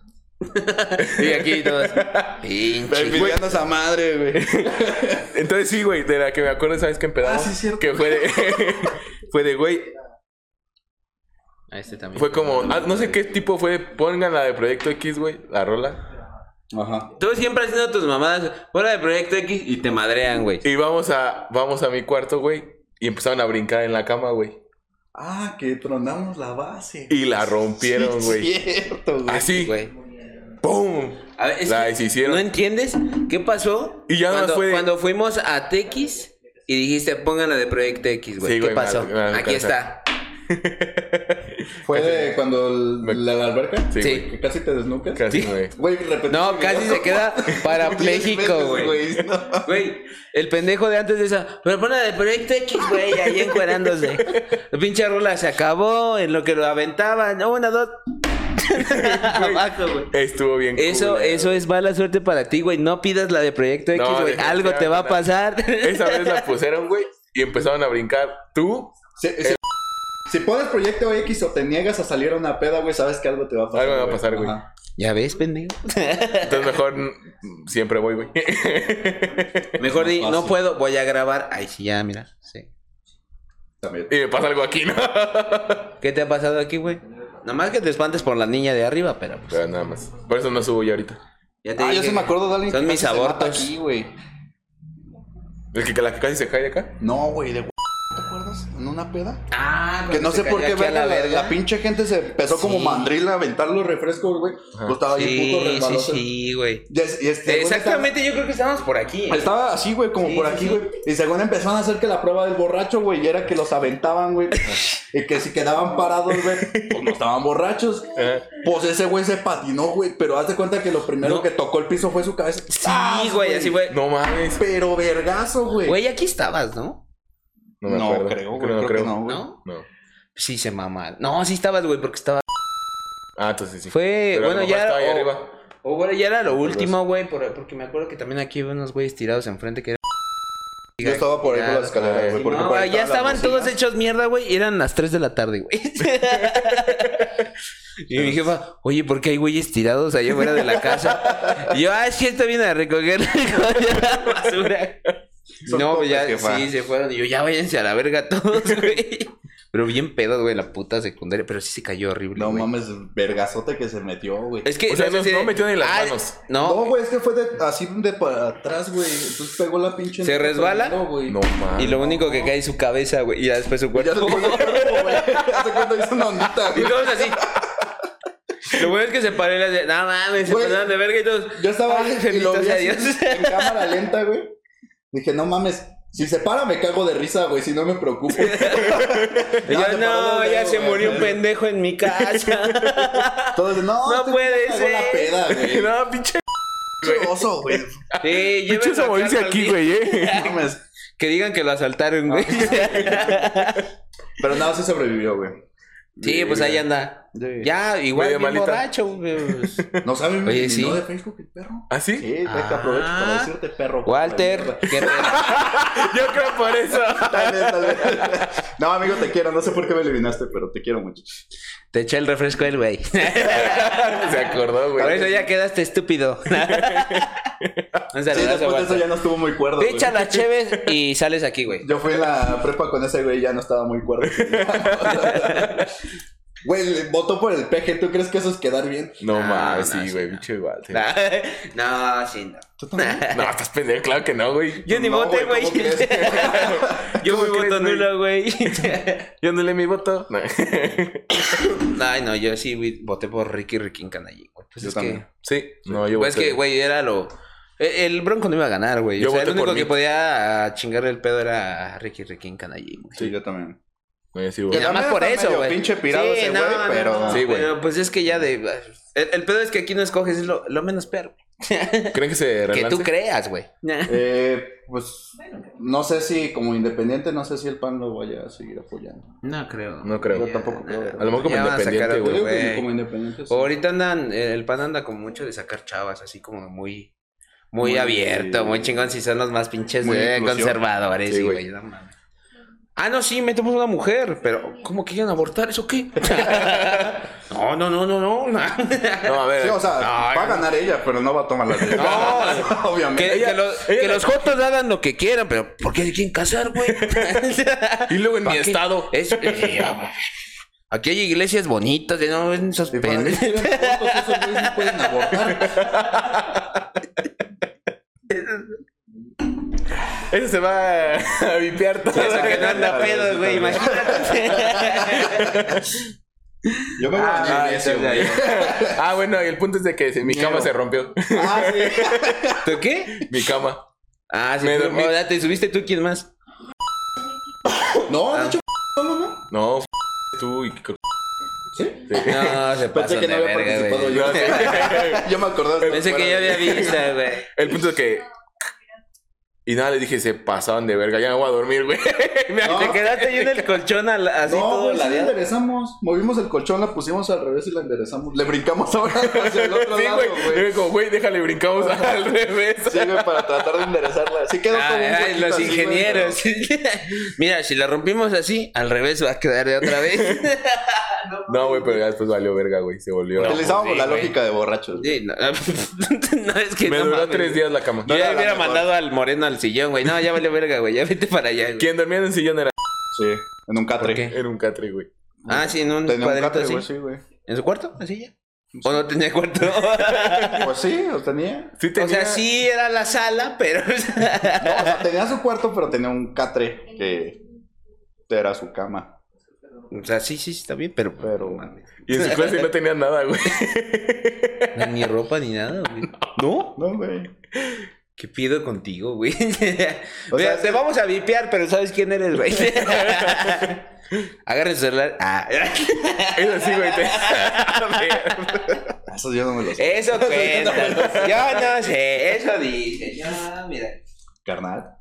Speaker 1: Y aquí todos.
Speaker 3: [laughs]
Speaker 1: Pinche.
Speaker 2: Envidiando esa madre, güey.
Speaker 3: Entonces sí, güey, de la que me acuerdo, ¿sabes qué empedamos?
Speaker 2: Ah, sí, cierto.
Speaker 3: Que fue de... [laughs] fue de, güey,
Speaker 1: A este también.
Speaker 3: fue como... ah, no sé qué tipo fue, pongan la de Proyecto X, güey, la rola.
Speaker 2: Ajá.
Speaker 1: Tú siempre haciendo tus mamadas fuera de Proyecto X y te madrean, güey.
Speaker 3: Y vamos a, vamos a mi cuarto, güey, y empezaron a brincar en la cama, güey.
Speaker 2: Ah, que tronamos la base.
Speaker 3: Y la rompieron, güey. Ah,
Speaker 2: Sí, cierto, güey.
Speaker 3: Así,
Speaker 1: Güey.
Speaker 3: ¡pum!
Speaker 1: A ver, es
Speaker 3: La
Speaker 1: que
Speaker 3: deshicieron.
Speaker 1: ¿No entiendes qué pasó?
Speaker 3: Y ya nada más
Speaker 1: cuando,
Speaker 3: fue de-
Speaker 1: cuando fuimos a TX y dijiste, pónganla de Proyecto X, güey.
Speaker 3: Sí,
Speaker 1: ¿Qué
Speaker 3: güey, me
Speaker 1: pasó?
Speaker 3: la- me la
Speaker 1: Aquí
Speaker 3: alcanza.
Speaker 1: está.
Speaker 2: Fue de cuando el-
Speaker 3: Me-
Speaker 2: la alberca.
Speaker 3: Sí,
Speaker 1: Sí.
Speaker 3: güey.
Speaker 2: Que casi te desnucas.
Speaker 3: Casi,
Speaker 1: Sí.
Speaker 3: güey.
Speaker 2: Güey, repetí
Speaker 1: No,
Speaker 2: el
Speaker 1: casi
Speaker 2: video
Speaker 1: se queda parapléjico,
Speaker 2: [laughs] Diez
Speaker 1: güey.
Speaker 2: veces,
Speaker 3: [laughs]
Speaker 2: no.
Speaker 1: Güey, el pendejo de antes de esa, pero pone de Proyecto X, güey, ahí encuerándose. La pinche rola se acabó en lo que lo aventaban. Una, dos. [laughs] Abajo, güey.
Speaker 3: Estuvo bien
Speaker 1: Eso,
Speaker 3: culero.
Speaker 1: eso es mala suerte para ti, güey. No pidas la de Proyecto X,
Speaker 3: No,
Speaker 1: güey. Algo te va a pasar.
Speaker 3: Esa vez la pusieron, güey, y empezaron a brincar. Tú,
Speaker 2: Si, si- si pones proyecto X o te niegas a salir a una peda, güey, sabes que algo te va a pasar.
Speaker 3: Algo me va a pasar, güey.
Speaker 2: Ajá.
Speaker 1: [laughs] ya ves, pendejo.
Speaker 3: entonces mejor mm, siempre voy, güey. [laughs]
Speaker 1: Mejor di,
Speaker 2: Fácil.
Speaker 1: no puedo, voy a grabar. Ay, sí, ya, mira. Sí.
Speaker 2: También.
Speaker 3: Y me pasa algo aquí, ¿no?
Speaker 1: ¿Qué te ha pasado aquí, güey? Nada más que te espantes por la niña de arriba, pero pues.
Speaker 3: Pero nada más. Por eso no subo yo ahorita.
Speaker 1: Ya te
Speaker 2: Ah, yo
Speaker 1: dije
Speaker 2: sí me acuerdo de alguien
Speaker 1: Son
Speaker 2: que
Speaker 1: mis
Speaker 2: casi se mata
Speaker 1: abortos.
Speaker 2: aquí, güey.
Speaker 3: El que, la que casi se cae de acá.
Speaker 2: No, güey, de güey. ¿Te acuerdas? En una peda.
Speaker 1: Ah,
Speaker 2: Que
Speaker 1: cuando
Speaker 2: no
Speaker 1: se
Speaker 2: sé
Speaker 1: cayó
Speaker 2: por qué
Speaker 1: aquí a
Speaker 2: verga,
Speaker 1: la
Speaker 2: la,
Speaker 1: verga.
Speaker 2: la pinche gente se empezó como
Speaker 1: Sí.
Speaker 2: mandril a aventar los refrescos, güey.
Speaker 3: Ajá.
Speaker 2: Pues estaba bien
Speaker 1: Sí,
Speaker 2: puto
Speaker 1: sí,
Speaker 2: resbaloso.
Speaker 1: sí, güey.
Speaker 2: Y es- y este, güey,
Speaker 1: Exactamente, yo creo que estábamos por aquí.
Speaker 2: estaba- Estaba así, güey, como
Speaker 1: Sí,
Speaker 2: por
Speaker 1: sí,
Speaker 2: aquí,
Speaker 1: sí.
Speaker 2: güey. Y según empezaron a hacer que la prueba del borracho, güey, y era que los aventaban, güey. y que si quedaban parados, güey, pues no estaban borrachos.
Speaker 3: Ajá.
Speaker 2: Pues ese güey se patinó, güey. Pero hazte cuenta que lo primero
Speaker 1: No.
Speaker 2: que tocó el piso fue su cabeza. ¡Ah,
Speaker 1: Sí, güey, así, güey.
Speaker 3: No mames.
Speaker 2: Pero vergazo, güey.
Speaker 1: Güey, aquí estabas, ¿no?
Speaker 3: No me acuerdo.
Speaker 2: creo que no, güey.
Speaker 1: ¿No?
Speaker 3: No.
Speaker 1: Sí, se mama. No, sí estabas, güey, porque estaba.
Speaker 3: Ah, entonces sí.
Speaker 1: Fue,
Speaker 3: Pero a lo
Speaker 1: bueno,
Speaker 3: mejor
Speaker 1: ya. oh,
Speaker 3: estaba ahí
Speaker 1: o-
Speaker 3: arriba.
Speaker 1: O bueno, ya era lo último, güey, por- porque me acuerdo que también aquí había unos güeyes tirados enfrente que eran...
Speaker 2: Yo estaba por ahí por las escaleras, güey. porque
Speaker 1: No,
Speaker 2: por ahí
Speaker 1: ya
Speaker 2: estaba la
Speaker 1: estaban todos
Speaker 2: bocina.
Speaker 1: hechos mierda, güey, y eran las 3 de la tarde,
Speaker 2: [laughs]
Speaker 1: güey. [laughs] y mi jefa, oye, ¿por qué hay güeyes tirados allá afuera de la casa? Y yo, ah, es que esto viene a recoger la basura.
Speaker 2: Son
Speaker 1: no,
Speaker 2: compas,
Speaker 1: ya,
Speaker 2: jefa. [laughs]
Speaker 1: sí, se fueron. Y yo, ya váyanse a la verga todos, güey. Pero bien pedo, güey, la puta secundaria. Pero sí se cayó horrible.
Speaker 2: No
Speaker 1: güey.
Speaker 2: mames, vergazote que se metió, güey.
Speaker 1: Es que.
Speaker 3: O sea,
Speaker 1: ¿sabes?
Speaker 3: no-
Speaker 1: Así de-
Speaker 3: no metió ni las
Speaker 1: Ah,
Speaker 3: manos.
Speaker 2: No,
Speaker 1: No.
Speaker 2: güey, es que fue de, así de para atrás, güey. Entonces pegó la pinche.
Speaker 1: ¿Se
Speaker 2: neta
Speaker 1: resbala?
Speaker 2: pegando, güey.
Speaker 3: No mames.
Speaker 1: Y lo único que cae es su cabeza, güey. Y ya después su
Speaker 2: Ya se [laughs]
Speaker 1: cuerpo.
Speaker 2: cuenta güey. Ya se cuenta que es una ondita,
Speaker 1: Y
Speaker 2: güey.
Speaker 1: todos así. Lo bueno es que se paró y le hace, no mames, se
Speaker 2: Güey.
Speaker 1: pasaron de verga y todos.
Speaker 2: Yo estaba
Speaker 1: "Ay,
Speaker 2: y
Speaker 1: bendito
Speaker 2: lo vi
Speaker 1: sea
Speaker 2: así
Speaker 1: Dios".
Speaker 2: en cámara lenta, güey. Dije, no mames, si se para me cago de risa, güey, si no me preocupo. [laughs]
Speaker 1: Y [laughs] yo,
Speaker 2: se paró
Speaker 1: no,
Speaker 2: de
Speaker 1: ya
Speaker 2: nuevo,
Speaker 1: se
Speaker 2: güey".
Speaker 1: murió un pendejo en mi casa.
Speaker 2: Entonces, no,
Speaker 1: No
Speaker 2: este
Speaker 1: puede
Speaker 2: cagó la
Speaker 1: ser.
Speaker 2: peda,
Speaker 1: [laughs]
Speaker 2: güey.
Speaker 3: No, pinche.
Speaker 2: Pinche oso, güey.
Speaker 1: Sí,
Speaker 3: Pinche
Speaker 1: llévenlo a
Speaker 3: morirse
Speaker 1: Carlos
Speaker 3: aquí,
Speaker 1: Díaz.
Speaker 3: güey, eh.
Speaker 2: No mames.
Speaker 1: Que digan que lo asaltaron, güey.
Speaker 2: Pero nada, sí sobrevivió, güey.
Speaker 1: [laughs] Sí, pues ahí anda.
Speaker 2: Sí.
Speaker 1: Ya, igual
Speaker 3: Medio
Speaker 1: bien
Speaker 3: malita.
Speaker 1: borracho, güey. pues.
Speaker 2: No saben,
Speaker 1: Oye,
Speaker 2: Oye,
Speaker 1: sí.
Speaker 2: de Facebook el perro.
Speaker 3: ¿Ah, sí?
Speaker 2: Sí, güey, te aprovecho
Speaker 1: Ah.
Speaker 2: para decirte perro.
Speaker 1: Walter, qué pedo.
Speaker 3: Yo creo por eso.
Speaker 2: Tal vez, tal vez. [laughs] No, amigo, te quiero. No sé por qué me eliminaste, pero te quiero mucho.
Speaker 1: Te eché el refresco el güey.
Speaker 3: [laughs] Se
Speaker 1: [laughs]
Speaker 3: acordó,
Speaker 1: Por eso
Speaker 3: güey.
Speaker 1: ya quedaste estúpido. Un
Speaker 2: Sí,
Speaker 1: saludazo,
Speaker 2: después de eso
Speaker 1: Walter.
Speaker 2: ya no estuvo muy cuerdo.
Speaker 1: Te
Speaker 2: güey.
Speaker 1: echan las cheves y sales aquí, güey.
Speaker 2: Yo fui en la prepa con ese güey y ya no estaba muy cuerdo.
Speaker 1: [laughs]
Speaker 2: Güey, le votó por el peje. ¿Tú crees que eso es quedar bien?
Speaker 3: No
Speaker 1: No,
Speaker 3: mames,
Speaker 1: Ah, no,
Speaker 3: sí,
Speaker 1: sí,
Speaker 3: güey,
Speaker 1: no.
Speaker 3: pinche [laughs] igual. sí.
Speaker 1: No, sí, no.
Speaker 2: ¿Tú también?
Speaker 3: No, estás pendejo, claro que no, güey.
Speaker 1: Yo ni
Speaker 2: No,
Speaker 1: voté, güey.
Speaker 2: güey,
Speaker 1: [laughs]
Speaker 2: ¿cómo crees? [laughs]
Speaker 1: Yo
Speaker 3: ¿Cómo
Speaker 1: fui voto
Speaker 3: crees, güey?
Speaker 1: nulo, güey.
Speaker 3: Yo no le mi voto. No.
Speaker 1: [laughs]
Speaker 3: [laughs]
Speaker 1: Ay, no, yo sí güey, voté por Ricky Ricky en Canallín, güey. Pues
Speaker 2: Yo
Speaker 1: es
Speaker 2: también.
Speaker 3: Sí, no,
Speaker 1: que.
Speaker 3: yo
Speaker 1: Pues es
Speaker 3: voté.
Speaker 1: que, güey, era lo. e- El Bronco no iba a ganar, güey.
Speaker 3: Yo
Speaker 1: O sea, el
Speaker 3: voté por
Speaker 1: único que
Speaker 3: mí.
Speaker 1: podía chingarle el pedo era Ricky Ricky en Canallín, güey.
Speaker 2: Sí, yo también.
Speaker 3: No, yo sí
Speaker 1: Y
Speaker 3: voté.
Speaker 1: nada más por
Speaker 2: está
Speaker 1: eso,
Speaker 2: medio
Speaker 1: güey.
Speaker 2: pinche pirado ese güey, pero-
Speaker 3: Sí, güey.
Speaker 1: Pero pues es que ya de. El, el pedo es que aquí no escoges, es lo, lo menos peor. güey.
Speaker 3: ¿Creen que se relance?
Speaker 1: Que tú creas, güey.
Speaker 2: Eh, pues no sé si como independiente, no sé si el PAN lo vaya a seguir apoyando.
Speaker 1: No creo.
Speaker 3: No creo.
Speaker 2: Yo tampoco creo.
Speaker 3: A lo mejor como
Speaker 1: Ya van a sacar
Speaker 3: independiente,
Speaker 1: a
Speaker 2: Yo digo
Speaker 3: güey.
Speaker 2: que
Speaker 1: Güey.
Speaker 2: como independiente. pues, sí.
Speaker 1: Ahorita andan, eh, el pan anda como mucho de sacar chavas, así como muy, muy,
Speaker 2: Muy-
Speaker 1: abierto, muy chingón, si son los más pinches
Speaker 2: Muy
Speaker 1: eh,
Speaker 2: inclusión.
Speaker 1: conservadores,
Speaker 3: Sí,
Speaker 1: sí,
Speaker 3: güey.
Speaker 1: güey, no mames. Ah, no, sí, metemos una mujer, pero ¿cómo que quieren abortar eso qué? no, no, no, no, no. no.
Speaker 3: No, a ver.
Speaker 2: Sí, o sea,
Speaker 1: Ay,
Speaker 2: va a ganar ella, pero no va a tomar la decisión.
Speaker 1: No.
Speaker 2: [laughs] obviamente.
Speaker 1: Que, que los-
Speaker 3: ella
Speaker 1: que
Speaker 3: la-
Speaker 1: los jotos hagan lo que quieran, pero ¿por qué se quieren casar, güey?
Speaker 3: y luego en mi
Speaker 1: ¿Para qué?
Speaker 3: estado.
Speaker 1: Es- eh, aquí hay iglesias bonitas, no, esos
Speaker 2: Y para
Speaker 1: pendejos.
Speaker 2: que estén juntos, pues, esos güeyes no pueden abortar.
Speaker 3: Ese se va [laughs] a vipear todo.
Speaker 1: Eso que no anda pedo, güey, [laughs] imagínate.
Speaker 2: Yo me voy a
Speaker 1: Ah,
Speaker 2: venir necio,
Speaker 1: ya,
Speaker 2: güey.
Speaker 3: Ah, bueno, y el punto es de que se- mi cama
Speaker 1: Miedo.
Speaker 3: se rompió. [laughs]
Speaker 2: Ah, sí.
Speaker 1: ¿Tú qué?
Speaker 3: Mi cama.
Speaker 1: Ah, sí,
Speaker 3: Me
Speaker 1: tú-
Speaker 3: dormí.
Speaker 1: oh, ya te subiste tú, ¿quién más?
Speaker 2: No,
Speaker 1: Ah.
Speaker 2: de hecho, ¿cómo no?
Speaker 3: No, f- tú y
Speaker 1: [laughs]
Speaker 3: creo-
Speaker 2: ¿Sí?
Speaker 1: No, se pasó
Speaker 2: Pensé que
Speaker 1: de
Speaker 2: no había
Speaker 1: verga,
Speaker 2: participado
Speaker 1: güey.
Speaker 2: yo.
Speaker 3: No, sí.
Speaker 2: Yo me acordaba. de-
Speaker 1: Pensé que ya había visto,
Speaker 3: [laughs]
Speaker 1: güey.
Speaker 3: El punto es que. Y nada, le dije, se pasaban de verga. Ya me voy a dormir, güey. Me-
Speaker 2: No.
Speaker 1: Te quedaste ahí en el colchón al- así
Speaker 2: No,
Speaker 1: todo
Speaker 2: güey, sí la
Speaker 1: ladeado.
Speaker 2: enderezamos. Movimos el colchón, la pusimos al revés y la enderezamos. Le brincamos ahora hacia el
Speaker 1: [laughs]
Speaker 2: otro
Speaker 3: Sí,
Speaker 2: lado,
Speaker 3: güey. Yo
Speaker 2: güey.
Speaker 3: digo, güey, déjale, brincamos al revés.
Speaker 2: Sí, güey, para tratar de enderezarla. Sí quedó como un
Speaker 1: Ah, ay,
Speaker 2: huequito
Speaker 1: los
Speaker 2: así, güey,
Speaker 1: ingenieros. [laughs] Mira, si la rompimos así, al revés va a quedar de otra vez. [laughs]
Speaker 3: No, güey, pero ya después valió verga, güey. Se volvió.
Speaker 2: pero
Speaker 1: No,
Speaker 2: Utilizábamos
Speaker 1: pues sí,
Speaker 2: la
Speaker 1: güey.
Speaker 2: lógica de borrachos. güey.
Speaker 1: Sí, no, [laughs] no, es que
Speaker 3: Me
Speaker 1: no
Speaker 3: duró
Speaker 1: mames,
Speaker 3: tres
Speaker 1: güey.
Speaker 3: días la cama.
Speaker 1: Yo
Speaker 2: era
Speaker 1: ya
Speaker 2: la
Speaker 1: hubiera
Speaker 2: mejor.
Speaker 1: mandado al moreno al sillón, güey. No, ya valió verga, güey. Ya vete para allá, güey.
Speaker 3: Quien dormía en el sillón era,
Speaker 2: Sí, en un catre.
Speaker 1: qué?
Speaker 3: era un catre, güey.
Speaker 1: Ah, sí, en un
Speaker 2: Tenía un
Speaker 1: cuadrito
Speaker 2: catre,
Speaker 1: así.
Speaker 2: güey, sí, güey.
Speaker 1: ¿En su cuarto? ¿Así ya? ¿O no tenía cuarto?
Speaker 2: Pues sí, o tenía.
Speaker 3: Sí tenía...
Speaker 1: O sea, sí era la sala, pero... [laughs]
Speaker 2: No, o sea, tenía su cuarto, pero tenía un catre que era su cama.
Speaker 1: o sea, sí, sí, está bien, pero...
Speaker 2: Pero-
Speaker 1: no mames.
Speaker 3: Y en su clase no tenía nada,
Speaker 1: [laughs]
Speaker 3: güey.
Speaker 1: Ni ropa ni nada, güey. ¿No?
Speaker 2: No, güey.
Speaker 1: ¿Qué pido contigo, güey? [laughs]
Speaker 2: O
Speaker 1: Mira,
Speaker 2: sea,
Speaker 1: te vamos a vipear, pero ¿sabes quién eres, [laughs] güey? Agarra el celular. [laughs] Ah.
Speaker 3: Eso sí,
Speaker 1: [laughs]
Speaker 3: güey. te-
Speaker 2: Eso yo no me lo sé.
Speaker 1: Eso cuenta. Yo no sé, eso dije. No, mira.
Speaker 2: Carnal.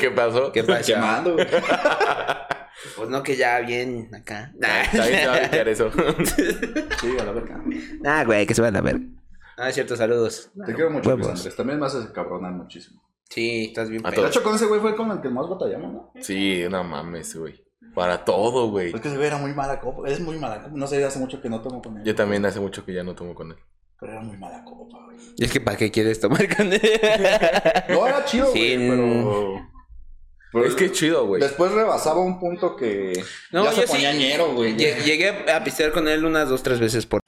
Speaker 3: ¿Qué pasó?
Speaker 1: ¿Qué pasa?
Speaker 2: Quemando, güey.
Speaker 1: Pues no que ya bien acá. [laughs] Nah.
Speaker 3: También se va a limpiar eso. [laughs]
Speaker 2: Sí, a la verga.
Speaker 1: Ah, güey, que se van a ver. Ah, es cierto, saludos.
Speaker 2: Te quiero mucho, Luis
Speaker 1: Huevos.
Speaker 2: Andrés. También me haces cabronar muchísimo.
Speaker 1: Sí, estás bien
Speaker 3: A
Speaker 2: De
Speaker 1: pedo.
Speaker 3: todos.
Speaker 2: hecho, con ese güey fue con el que más batallamos, ¿no?
Speaker 3: Sí, no mames, güey. Para todo, güey.
Speaker 2: Es que ese güey era muy mala copa. Es muy mala copa. No sé, hace mucho que no tomo con él.
Speaker 3: Yo también hace mucho que ya no tomo con él.
Speaker 2: Pero era muy mala copa, güey.
Speaker 1: [laughs] Y es que ¿para qué quieres tomar con
Speaker 2: No, era chido,
Speaker 1: Sí,
Speaker 2: güey, pero... Pero
Speaker 3: es que es chido, güey.
Speaker 2: Después rebasaba un punto que
Speaker 1: No,
Speaker 2: ya se
Speaker 1: yo sí-
Speaker 2: ponía ñero, güey.
Speaker 1: Lle- Llegué a pistear con él unas dos, tres veces por.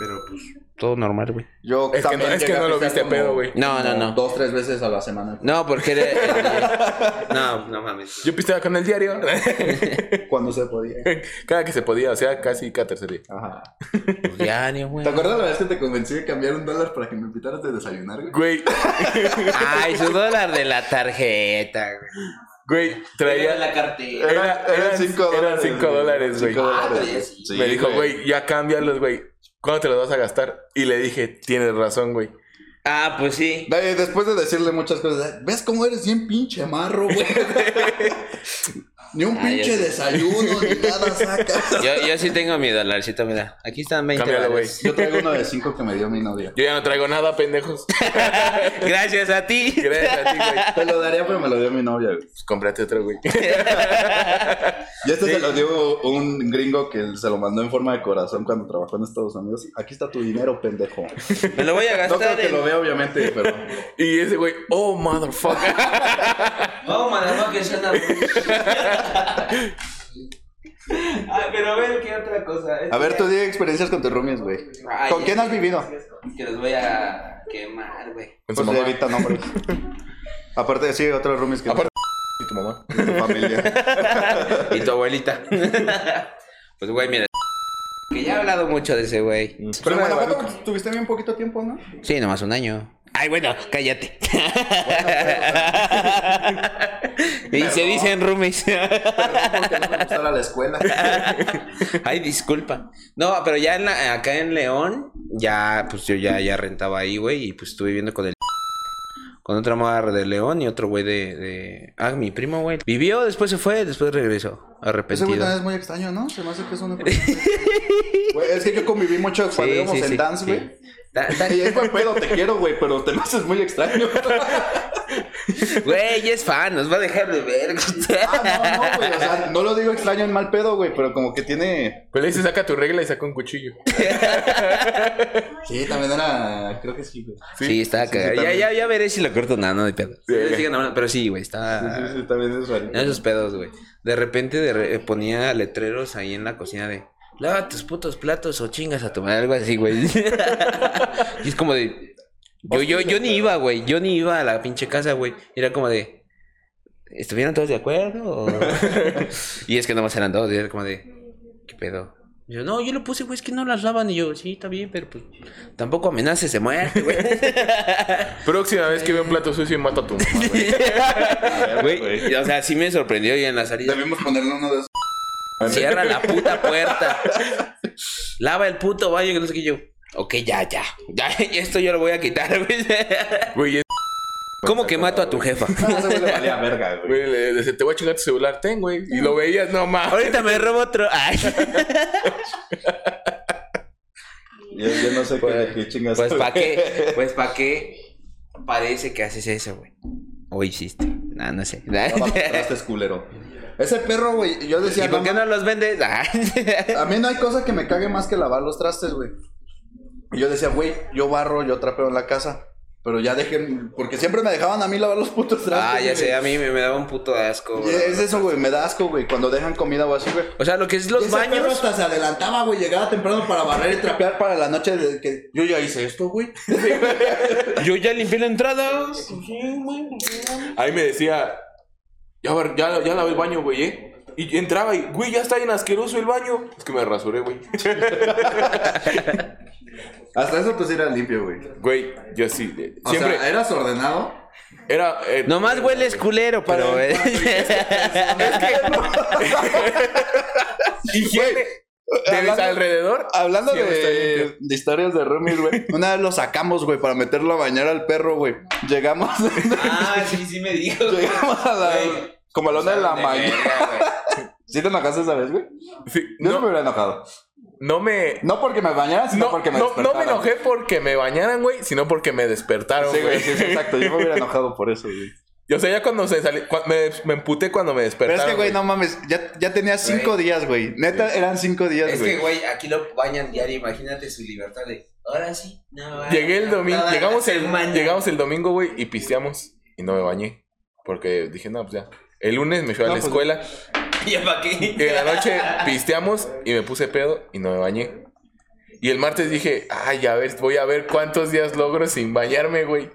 Speaker 1: Pero pues. Todo normal, güey.
Speaker 2: Yo
Speaker 3: Es que
Speaker 2: también
Speaker 3: no- es que
Speaker 2: llegué a
Speaker 3: no lo
Speaker 2: pistear
Speaker 3: viste
Speaker 2: como-
Speaker 3: pedo, güey.
Speaker 1: No, no,
Speaker 2: como
Speaker 1: no.
Speaker 2: Dos, tres veces a la semana.
Speaker 1: No, porque era. [laughs] no, no mames.
Speaker 3: Yo pisteaba con el diario [laughs]
Speaker 2: [laughs] Cuando se podía.
Speaker 3: cada que se podía, o sea, casi cada tercer día.
Speaker 2: Ajá.
Speaker 1: Diario, güey.
Speaker 2: ¿Te acuerdas la vez que te convencí de cambiar un dólar para que me invitaras de desayunar, güey?
Speaker 3: Güey,
Speaker 1: Ay, su dólar de la tarjeta, güey.
Speaker 3: güey, traía...
Speaker 1: cartera.
Speaker 3: Era, eran
Speaker 2: cinco
Speaker 3: eran
Speaker 2: dólares,
Speaker 3: cinco
Speaker 2: güey.
Speaker 3: dólares, güey.
Speaker 2: Cinco
Speaker 1: Ah,
Speaker 2: dólares,
Speaker 1: güey.
Speaker 2: Sí,
Speaker 3: Me dijo, güey, ya cámbialos, güey. ¿Cuándo te los vas a gastar? Y le dije, tienes razón, güey.
Speaker 1: Ah, pues sí.
Speaker 2: Eh, Después de decirle muchas cosas, ¿ves cómo eres bien pinche marro,
Speaker 3: [laughs]
Speaker 2: güey? ni un
Speaker 1: Ah,
Speaker 2: pinche
Speaker 1: ya sé.
Speaker 2: desayuno, ni nada
Speaker 1: [laughs]
Speaker 2: sacas.
Speaker 1: Yo, yo sí tengo mi dolarcito, mira. Aquí están 20
Speaker 3: Cámbialo, güey.
Speaker 1: dólares.
Speaker 2: Yo traigo uno de cinco que me dio mi novia.
Speaker 3: Yo ya no traigo nada,
Speaker 2: [laughs]
Speaker 3: pendejos.
Speaker 1: Gracias a ti.
Speaker 3: Gracias a ti, güey.
Speaker 2: Te lo daría, pero me lo dio mi novia, güey.
Speaker 3: Pues cómprate otro, güey. [laughs]
Speaker 2: Y este se lo dio un gringo que se lo mandó en forma de corazón cuando trabajó en Estados Unidos. Aquí está tu dinero, pendejo.
Speaker 1: Me lo voy a
Speaker 2: No
Speaker 1: gastar.
Speaker 2: creo que
Speaker 1: en-
Speaker 2: lo vea, obviamente, pero.
Speaker 3: Y ese güey, oh,
Speaker 2: [laughs]
Speaker 3: motherfucker.
Speaker 1: Vamos, motherfucker, suena. [laughs] Ay, pero a ver, ¿qué otra cosa?
Speaker 2: A ver, tú di experiencias con tus roomies, güey.
Speaker 1: Ay,
Speaker 2: ¿Con
Speaker 1: ya.
Speaker 2: quién has vivido?
Speaker 1: Que los voy a quemar, güey.
Speaker 3: Con su
Speaker 2: Pues
Speaker 3: mamá.
Speaker 2: evita [laughs] nombres. Aparte de sí, otros roomies que
Speaker 3: Aparte- Y tu mamá.
Speaker 2: de tu [laughs] familia.
Speaker 1: Y tu abuelita. [laughs] pues, güey, mira. Que ya he hablado mucho de ese güey.
Speaker 2: Pero en
Speaker 3: Suena de
Speaker 2: Guanajuato
Speaker 3: barrio.
Speaker 2: tuviste bien poquito tiempo, [laughs] ¿no?
Speaker 1: Sí, nomás un año. Ay, bueno, [laughs] cállate. y se
Speaker 2: Perdón.
Speaker 1: dicen roomies. [laughs]
Speaker 2: Porque no me gustara la escuela.
Speaker 1: Ay, disculpa. No, pero ya en la- acá en León, ya, pues yo ya, ya rentaba ahí, güey, y pues estuve viviendo con el... [laughs] Con otra madre de León y otro güey de, de- Ah, mi primo, güey. Vivió, después se fue, después regresó.
Speaker 2: Ese güey
Speaker 1: Arrepentido.
Speaker 2: también es muy extraño, ¿no? Se me hace que es una persona- [laughs] Güey, Es que yo conviví mucho cuando íbamos en dance,
Speaker 1: sí.
Speaker 2: güey.
Speaker 1: Ta- ta-
Speaker 2: Y es buen pedo, te quiero, güey, pero te me haces muy [laughs] extraño.
Speaker 1: Güey, es fan, nos va a dejar de ver.
Speaker 2: Ah, no, no, güey. O sea, no lo digo extraño en mal pedo, güey, pero como que tiene.
Speaker 3: Pues le dice, saca tu regla y saca un cuchillo.
Speaker 2: Sí, también era. Creo que sí, güey.
Speaker 1: Sí, está
Speaker 2: sí,
Speaker 1: cagado. ya,
Speaker 2: también.
Speaker 1: ya, ya veré si lo corto nada, no de pedo.
Speaker 3: Sí.
Speaker 1: Sigan hablando, Pero sí, güey, está.
Speaker 2: Sí, sí, sí, también es raro.
Speaker 1: No, Esos pedos, güey. De repente de re- eh, ponía letreros ahí en la cocina de lava tus putos platos o chingas a tomar algo así, güey. [laughs] y es como de. Yo, yo, yo ni iba, güey. Yo ni iba a la pinche casa, güey. Era como de. ¿Estuvieron todos de acuerdo? o-?" [laughs] y es que nomás eran dos. Y era como de. ¿Qué pedo? Y yo, no, yo lo puse, güey, es que no las lavan. Y yo, sí, está bien, pero pues. Tampoco amenaces de muerte, güey. [laughs]
Speaker 3: Próxima vez que vea un plato sucio, mato a tu mamá, güey.
Speaker 2: [laughs]
Speaker 1: Güey, O sea, sí me sorprendió y en la salida.
Speaker 2: Debemos ponerle uno de esos.
Speaker 1: Cierra la puta [laughs] puerta. Lava el puto baño que no sé qué yo. Ok, ya, ya. Ya, [laughs] esto yo lo voy a quitar, güey. [laughs]
Speaker 3: Güey, es-
Speaker 1: ¿Cómo que mato a tu jefa?
Speaker 2: [laughs]
Speaker 1: [laughs]
Speaker 2: No, ese güey le valía verga, güey.
Speaker 3: güey, le- le dice, te voy a chingar tu celular, ten, güey. Y lo veías, no mames.
Speaker 1: Ahorita me robo otro. [laughs] Ay.
Speaker 2: Yo, yo no sé qué, qué chingas.
Speaker 1: Pues pa'
Speaker 2: [laughs]
Speaker 1: qué, pues pa' qué parece que haces eso, güey. O hiciste. No, no sé.
Speaker 2: Este es culero. Ese perro, güey, yo
Speaker 1: [laughs]
Speaker 2: decía.
Speaker 1: ¿Y por qué
Speaker 2: "No
Speaker 1: no los vendes? Ah. [laughs] Ay.
Speaker 2: A mí no hay cosa que me cague más que lavar los trastes, güey. Y yo decía, güey, yo barro, yo trapeo en la casa. Pero ya dejen, porque siempre me dejaban a mí lavar los putos trastes.
Speaker 1: Ah, ya
Speaker 2: güey.
Speaker 1: sé, a mí me, me daba un puto asco.
Speaker 2: Y
Speaker 1: güey.
Speaker 2: Es eso, güey, me da asco, güey, cuando dejan comida o así, güey.
Speaker 1: O sea, lo que es
Speaker 2: Y
Speaker 1: los
Speaker 2: ese perro
Speaker 1: baños.
Speaker 2: hasta se adelantaba, güey, llegaba temprano para barrer y trapear para la noche de que yo ya hice esto, güey.
Speaker 1: Yo ya limpié la entrada.
Speaker 3: Ahí me decía, ya, ver, ya, ya lavé el baño, güey, ¿eh? Y entraba y, güey, ya está bien asqueroso el baño. Es que me rasuré, güey. [laughs]
Speaker 2: Hasta eso pues era limpio, güey.
Speaker 3: Güey, yo sí. eh,
Speaker 2: O
Speaker 3: Siempre
Speaker 2: sea, eras ordenado.
Speaker 3: era... eh,
Speaker 1: Nomás hueles culero, pero. eh.
Speaker 2: Para-
Speaker 3: higiene de mis
Speaker 2: Hablando-
Speaker 3: alrededor.
Speaker 2: Hablando
Speaker 3: Siempre está
Speaker 2: de,
Speaker 3: limpio.
Speaker 2: de historias de roomies, güey. [laughs] Una vez lo sacamos, güey, para meterlo a bañar al perro, güey. Llegamos, [laughs]
Speaker 1: Ah, sí, sí me dijo.
Speaker 2: llegamos a la.
Speaker 1: Güey.
Speaker 2: Como a la una de la
Speaker 1: De
Speaker 2: mañana.
Speaker 1: verga, güey.
Speaker 2: ¿Sí te enojaste esa vez, güey?
Speaker 3: Sí,
Speaker 2: Yo no, me
Speaker 3: no,
Speaker 2: hubiera enojado.
Speaker 3: no me...
Speaker 2: No porque me bañaras, sino
Speaker 3: No,
Speaker 2: porque me
Speaker 3: no- no
Speaker 2: despertaras.
Speaker 3: me enojé porque me bañaran, güey, sino porque me despertaron,
Speaker 2: Sí, güey,
Speaker 3: güey.
Speaker 2: sí, sí, exacto. Yo me hubiera [laughs] enojado por eso, güey.
Speaker 3: O sea, ya cuando se salí, cua- me, me emputé cuando me
Speaker 2: Pero
Speaker 3: despertaron.
Speaker 2: es que, güey, no mames. Ya, ya tenía cinco
Speaker 1: Güey.
Speaker 2: días, güey. Neta, eran cinco días,
Speaker 1: Es que,
Speaker 2: güey.
Speaker 1: güey, aquí lo bañan diario. Imagínate su libertad de. Ahora sí, no. va
Speaker 3: Llegué el
Speaker 1: a-
Speaker 3: domingo,
Speaker 1: toda la
Speaker 3: llegamos el,
Speaker 1: [laughs] semana".
Speaker 3: llegamos el domingo, güey, y pisteamos. Y no me bañé. Porque dije, no, pues ya. El lunes me fui a
Speaker 2: No,
Speaker 3: la
Speaker 2: pues-
Speaker 3: escuela.
Speaker 4: ¿Ya para qué?
Speaker 3: En la noche pisteamos y me puse pedo y no me bañé. Y el martes dije, ay, a ver, voy a ver cuántos días logro sin bañarme, güey.